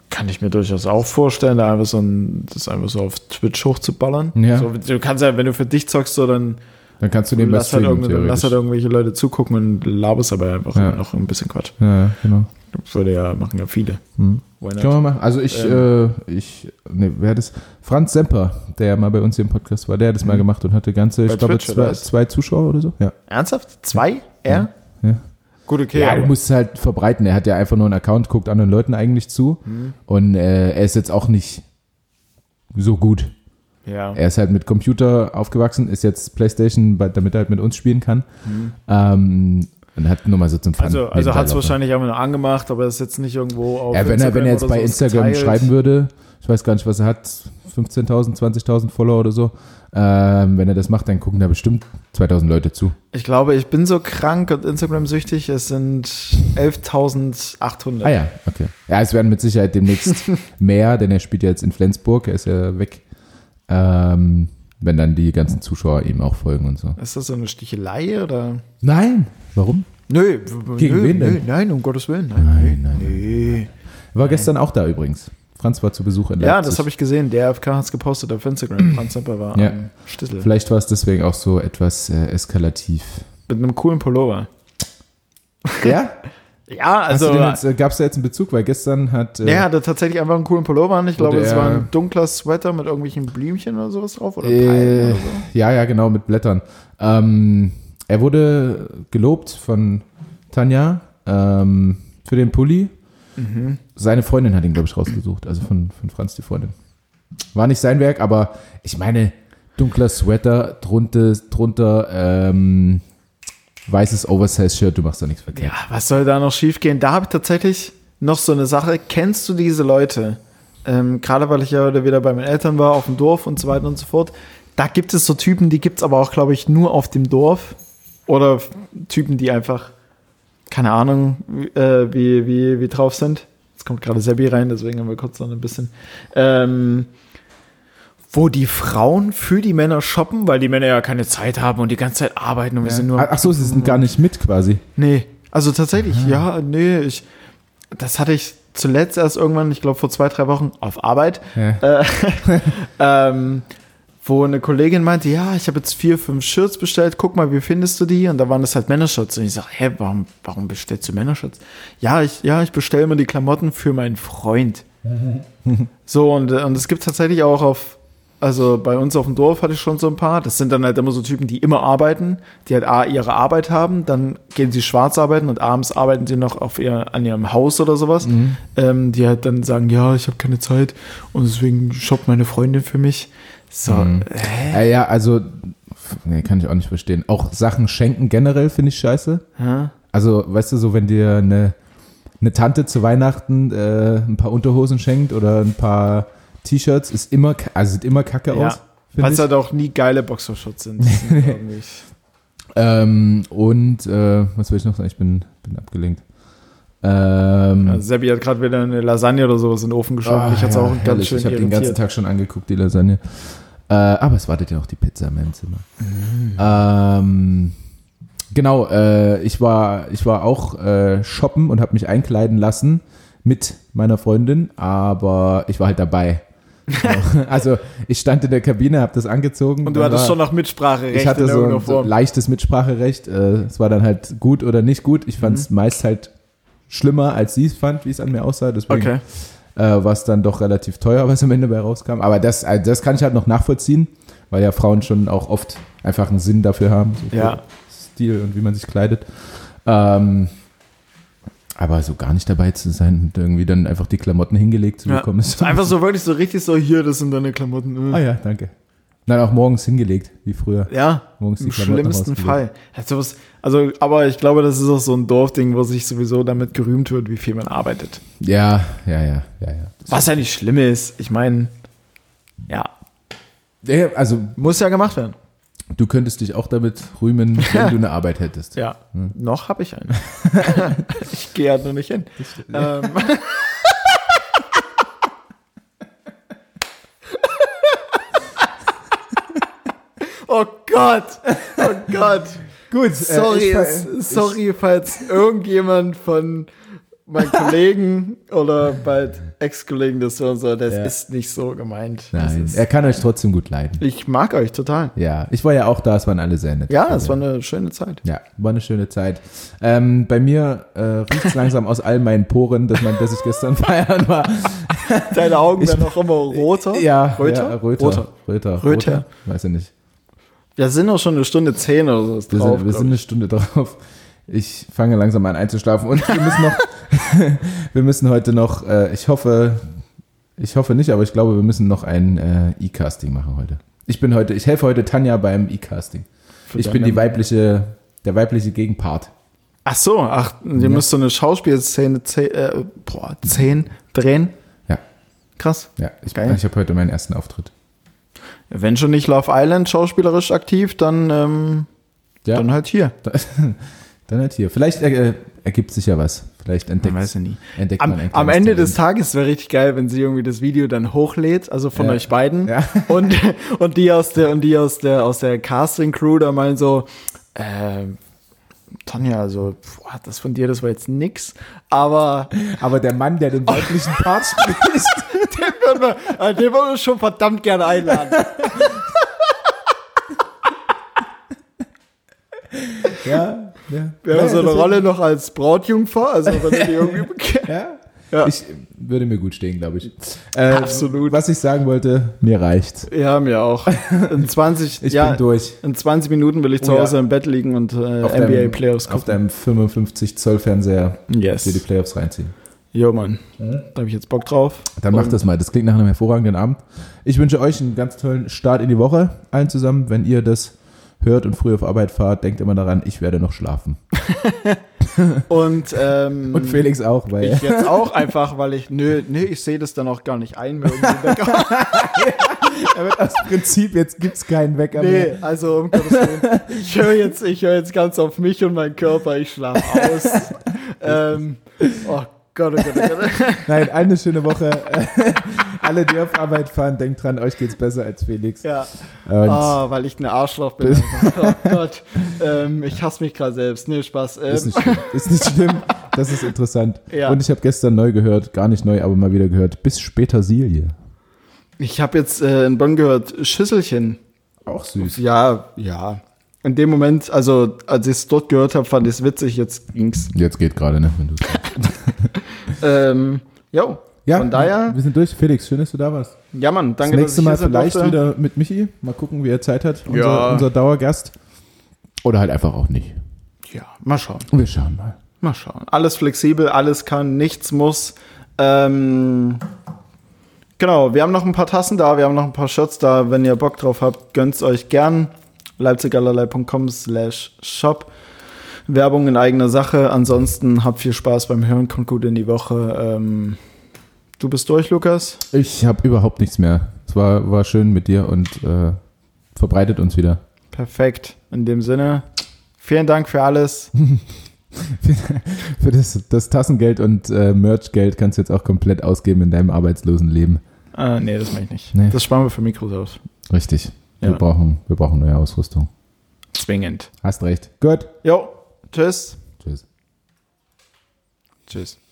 kann ich mir durchaus auch vorstellen, da einfach so ein, das einfach so auf Twitch hochzuballern. Ja. So, du kannst ja, wenn du für dich zockst, so dann Dann kannst du den lass halt, streamen, irgendw- dann lass halt theoretisch. irgendwelche Leute zugucken und laberst aber einfach Ja. noch ein bisschen Quatsch. Ja, ja, genau. Das würde ja, machen ja viele. Hm. Why not? Können wir machen. Also ich, Ähm. äh, ich, ne, wer hat das? Franz Semper, der ja mal bei uns hier im Podcast war, der hat das mal gemacht und hatte ganze, Mhm. Bei ich glaube, Twitch oder zwei, was? zwei Zuschauer oder so. Ja. Ernsthaft? Zwei? Er? ja. Gut, okay. Ja, aber- du musst es halt verbreiten. Er hat ja einfach nur einen Account, guckt anderen Leuten eigentlich zu. Mhm. Und äh, er ist jetzt auch nicht so gut. ja. Er ist halt mit Computer aufgewachsen, ist jetzt Playstation, bei- damit er halt mit uns spielen kann. Ähm, und hat nur mal so zum Fun. Mhm. Also, also nebenbei hat es laufen. wahrscheinlich einfach nur angemacht, aber ist jetzt nicht irgendwo auf. Ja, wenn er, wenn er jetzt oder bei so Instagram geteilt. schreiben würde, ich weiß gar nicht, was er hat, 15.000, 20.000 Follower oder so, ähm, wenn er das macht, dann gucken da bestimmt 2.000 Leute zu. Ich glaube, ich bin so krank und Instagram-süchtig, es sind 11.800. Ah ja, okay. Ja, es werden mit Sicherheit demnächst mehr, denn er spielt ja jetzt in Flensburg, er ist ja weg, ähm, wenn dann die ganzen Zuschauer ihm auch folgen und so. Ist das so eine Stichelei oder? Nein, warum? Nö, w- Gegen nö, wen denn? Nö, nein, um Gottes Willen. Nein, Nein, nein. Nee. Er war gestern auch da übrigens. Franz war zu Besuch in Leipzig. Ja, das habe ich gesehen. Der FK hat es gepostet auf Instagram. Franz Semper war Ja. am Stissel. Vielleicht war es deswegen auch so etwas äh, eskalativ. Mit einem coolen Pullover. Ja? Ja, also. Gab es da jetzt einen Bezug? Weil gestern hat. äh, Der hatte tatsächlich einfach einen coolen Pullover an. Ich glaube, Wurde es er- war ein dunkler Sweater mit irgendwelchen Blümchen oder sowas drauf. Oder Palmen Äh, oder so. ja, ja, genau, mit Blättern. Ähm, er wurde gelobt von Tanja ähm, für den Pulli. Mhm. Seine Freundin hat ihn, glaube ich, rausgesucht. Also von, von Franz, die Freundin. War nicht sein Werk, aber ich meine, dunkler Sweater, drunter, drunter ähm, weißes Oversize-Shirt, du machst da nichts verkehrt. Ja, was soll da noch schief gehen? Da habe ich tatsächlich noch so eine Sache. Kennst du diese Leute? Ähm, Gerade weil ich ja heute wieder bei meinen Eltern war, auf dem Dorf und so weiter und so fort. Da gibt es so Typen, die gibt es aber auch, glaube ich, nur auf dem Dorf. Oder f- Typen, die einfach, keine Ahnung, wie- äh, wie, wie, wie drauf sind. Jetzt kommt gerade Sebi rein, deswegen haben wir kurz noch ein bisschen. Ähm, wo die Frauen für die Männer shoppen, weil die Männer ja keine Zeit haben und die ganze Zeit arbeiten und wir sind also nur Ach so, sie sind gar nicht mit quasi. Nee, also tatsächlich, ja, nee, ich, das hatte ich zuletzt erst irgendwann, ich glaube vor zwei, drei Wochen auf Arbeit, äh, Ja. ähm, wo eine Kollegin meinte, ja, ich habe jetzt vier, fünf Shirts bestellt, guck mal, wie findest du die? Und da waren das halt Männershirts. Und ich sage, hä, warum, warum bestellst du Männershirts? Ja, ich, ja, ich bestelle immer die Klamotten für meinen Freund. So, und, äh, und es gibt tatsächlich auch auf, also bei uns auf dem Dorf hatte ich schon so ein paar. Das sind dann halt immer so Typen, die immer arbeiten, die halt A, ihre Arbeit haben, dann gehen sie schwarz arbeiten und abends arbeiten sie noch auf ihr, an ihrem Haus oder sowas. Mhm. Ähm, die halt dann sagen, ja, ich habe keine Zeit und deswegen shoppt meine Freundin für mich. So, Mhm. äh, Ja, ja also, pf, nee, kann ich auch nicht verstehen. Auch Sachen schenken generell finde ich scheiße. ja. Also, weißt du, so wenn dir eine, eine Tante zu Weihnachten äh, ein paar Unterhosen schenkt oder ein paar T-Shirts, ist immer, ka- also sieht immer kacke ja. aus. Weil finde es Ich. halt auch nie geile Boxershorts sind. Die sind irgendwie- Ähm, und äh, was will ich noch sagen? Ich bin, bin abgelenkt. Ähm, also Seppi hat gerade wieder eine Lasagne oder sowas in den Ofen geschoben. ah, ich hatte es ja, auch ganz herrlich. schön Ich habe den ganzen irritiert. Tag schon angeguckt, die Lasagne. Mm. Äh, aber es wartet ja noch die Pizza in meinem Zimmer. Ähm, Genau, äh, ich, war, ich war auch äh, shoppen und habe mich einkleiden lassen mit meiner Freundin, aber ich war halt dabei. So, also ich stand in der Kabine, habe das angezogen. Und du dann hattest war, schon noch Mitspracherecht ich hatte in so irgendeiner ein, so ein Form. leichtes Mitspracherecht. Äh, Es war dann halt gut oder nicht gut. Ich fand es Mhm. meist halt schlimmer, als sie es fand, wie es an mir aussah. Deswegen okay. äh, was dann doch relativ teuer, was am Ende bei rauskam. Aber das, äh, das kann ich halt noch nachvollziehen, weil ja Frauen schon auch oft einfach einen Sinn dafür haben, so für Ja. Stil und wie man sich kleidet. Ähm, aber so gar nicht dabei zu sein und irgendwie dann einfach die Klamotten hingelegt zu Ja. bekommen, ist Einfach so wirklich so richtig so, hier, das sind deine Klamotten. Ah ja, danke. Nein, auch morgens hingelegt, wie früher. Ja, Morgens die im Klamotten schlimmsten rausgelegt. Fall. Also, was, also, aber ich glaube, das ist auch so ein Dorfding, wo sich sowieso damit gerühmt wird, wie viel man arbeitet. Ja, ja, ja, ja, ja. Was ja nicht schlimm ist. Ich meine, ja, ja. Also, muss ja gemacht werden. du könntest dich auch damit rühmen, wenn du eine Arbeit hättest. Ja, noch habe ich einen. ich gehe halt nur nicht hin. Ähm. oh Gott, oh Gott. Gut, Äh, Sorry, es- sorry, falls irgendjemand von meinen Kollegen oder bald Ex-Kollegen das hören soll. Das Ja. ist nicht so gemeint. Das Nein, Ist, er kann euch trotzdem gut leiden. ich mag euch total. Ja, ich war ja auch da, es waren alle sehr nett. Ja, es war eine schöne Zeit. Ja, war eine schöne Zeit. Ähm, bei mir äh, riecht es langsam aus all meinen Poren, dass, man, dass ich gestern feiern war. Deine Augen werden noch immer roter. Ja, Oh, Röter? Ja, Röter. Roter. Röter. Röter. Weiß ich nicht. Ja, sind auch schon eine Stunde zehn oder so. Ist Wir, drauf, sind, wir glaub sind eine Stunde drauf. Ich fange langsam an einzuschlafen und wir müssen noch, wir müssen heute noch, äh, ich hoffe, ich hoffe nicht, aber ich glaube, wir müssen noch ein äh, E-Casting machen heute. Ich bin heute, ich helfe heute Tanja beim E-Casting. ich. Ich bin die weibliche, der weibliche Gegenpart. Ach so, ach, ihr müsst so eine Schauspielszene zehn, äh, boah, zehn drehen. Ja. Krass. Ja, ich, Geil. ich habe heute meinen ersten Auftritt. Wenn schon nicht Love Island schauspielerisch aktiv, dann, ähm, Ja. dann halt hier. Dann halt hier. Vielleicht äh, ergibt sich ja was. Vielleicht entdeckt, ja nie. entdeckt Am, man ein am kleines Ende Talent. des Tages wäre richtig geil, wenn sie irgendwie das Video dann hochlädt, also von Ja. euch beiden. Ja. Und, und die aus der, und die aus der, aus der Casting-Crew da meinen so, ähm, Tanja, also, boah, das von dir, das war jetzt nix, aber Aber der Mann, der Oh. den weiblichen Part spricht, Den würden wir, äh, den würden wir schon verdammt gerne einladen. ja, ja. Wir haben so eine deswegen- Rolle noch als Brautjungfer, also wenn du die irgendwie bekehrst. Ja. Ja. Ich äh, würde mir gut stehen, glaube ich. Äh, Absolut. Was ich sagen wollte, mir reicht's. Ja, mir auch. In 20, Ich ja, bin durch. in 20 Minuten will ich zu Oh, ja. Hause im Bett liegen und äh, NBA deinem- Playoffs Auf gucken. deinem 55 Zoll Fernseher dir die Yes. Playoffs reinziehen. Jo, Mann. Hm? Da habe ich jetzt Bock drauf. Dann macht das mal. Das klingt nach einem hervorragenden Abend. Ich wünsche euch einen ganz tollen Start in die Woche allen zusammen. Wenn ihr das hört und früh auf Arbeit fahrt, denkt immer daran, ich werde noch schlafen. Und, ähm, Und Felix auch, weil ich jetzt auch einfach, weil ich, nö, nö, ich sehe das dann auch gar nicht ein. um mir irgendwie weg- er wird aus Prinzip, jetzt gibt's keinen Wecker nee, mehr. also um Gottes Willen. Ich höre jetzt, ich höre jetzt ganz auf mich und meinen Körper. Ich schlafe aus. ähm, oh Gott, oh Gott, oh Gott. Nein, eine schöne Woche. Alle, die auf Arbeit fahren, denkt dran, euch geht's besser als Felix. Ja. Und Ah, weil ich ein Arschloch bin. einfach. oh Gott. Ähm, ich hasse mich gerade selbst. Nee, Spaß. ist Ähm, nicht schlimm. Ist nicht schlimm. Das ist interessant. Ja. Und ich habe gestern neu gehört, gar nicht neu, aber mal wieder gehört. Bis später Silje. ich habe jetzt äh, in Bonn gehört, Schüsselchen. Auch süß. Ja, ja. In dem Moment, also als ich es dort gehört habe, fand ich es witzig, jetzt ging's. Jetzt geht gerade, ne? Wenn du's- Ähm, jo. ja, Von daher, wir sind durch. Felix, schön, dass du da warst. ja Mann, danke, das nächste ich Mal hier sein vielleicht durfte. wieder mit Michi. Mal gucken, wie er Zeit hat. Unser, Ja. unser Dauergast. Oder halt einfach auch nicht. Ja, mal schauen. Wir schauen mal. Mal schauen. Alles flexibel, alles kann, nichts muss. Ähm, genau, wir haben noch ein paar Tassen da, wir haben noch ein paar Shirts da. Wenn ihr Bock drauf habt, gönnt's euch gern. leipzigallerlei.com slash shop. Werbung in eigener Sache. Ansonsten habt viel Spaß beim Hören, kommt gut in die Woche. Ähm, du bist durch, Lukas. Ich habe überhaupt nichts mehr. Es war, war schön mit dir und äh, verbreitet uns wieder. Perfekt. In dem Sinne, vielen Dank für alles. Für das, das Tassengeld und äh, Merchgeld kannst du jetzt auch komplett ausgeben in deinem arbeitslosen Leben. äh, nee, das mache ich nicht. Nee. Das sparen wir für Mikros auf. Richtig. Ja. Wir, brauchen, wir brauchen neue Ausrüstung. zwingend. Hast recht. Gut. Jo, tschüss. Tschüss. Tschüss.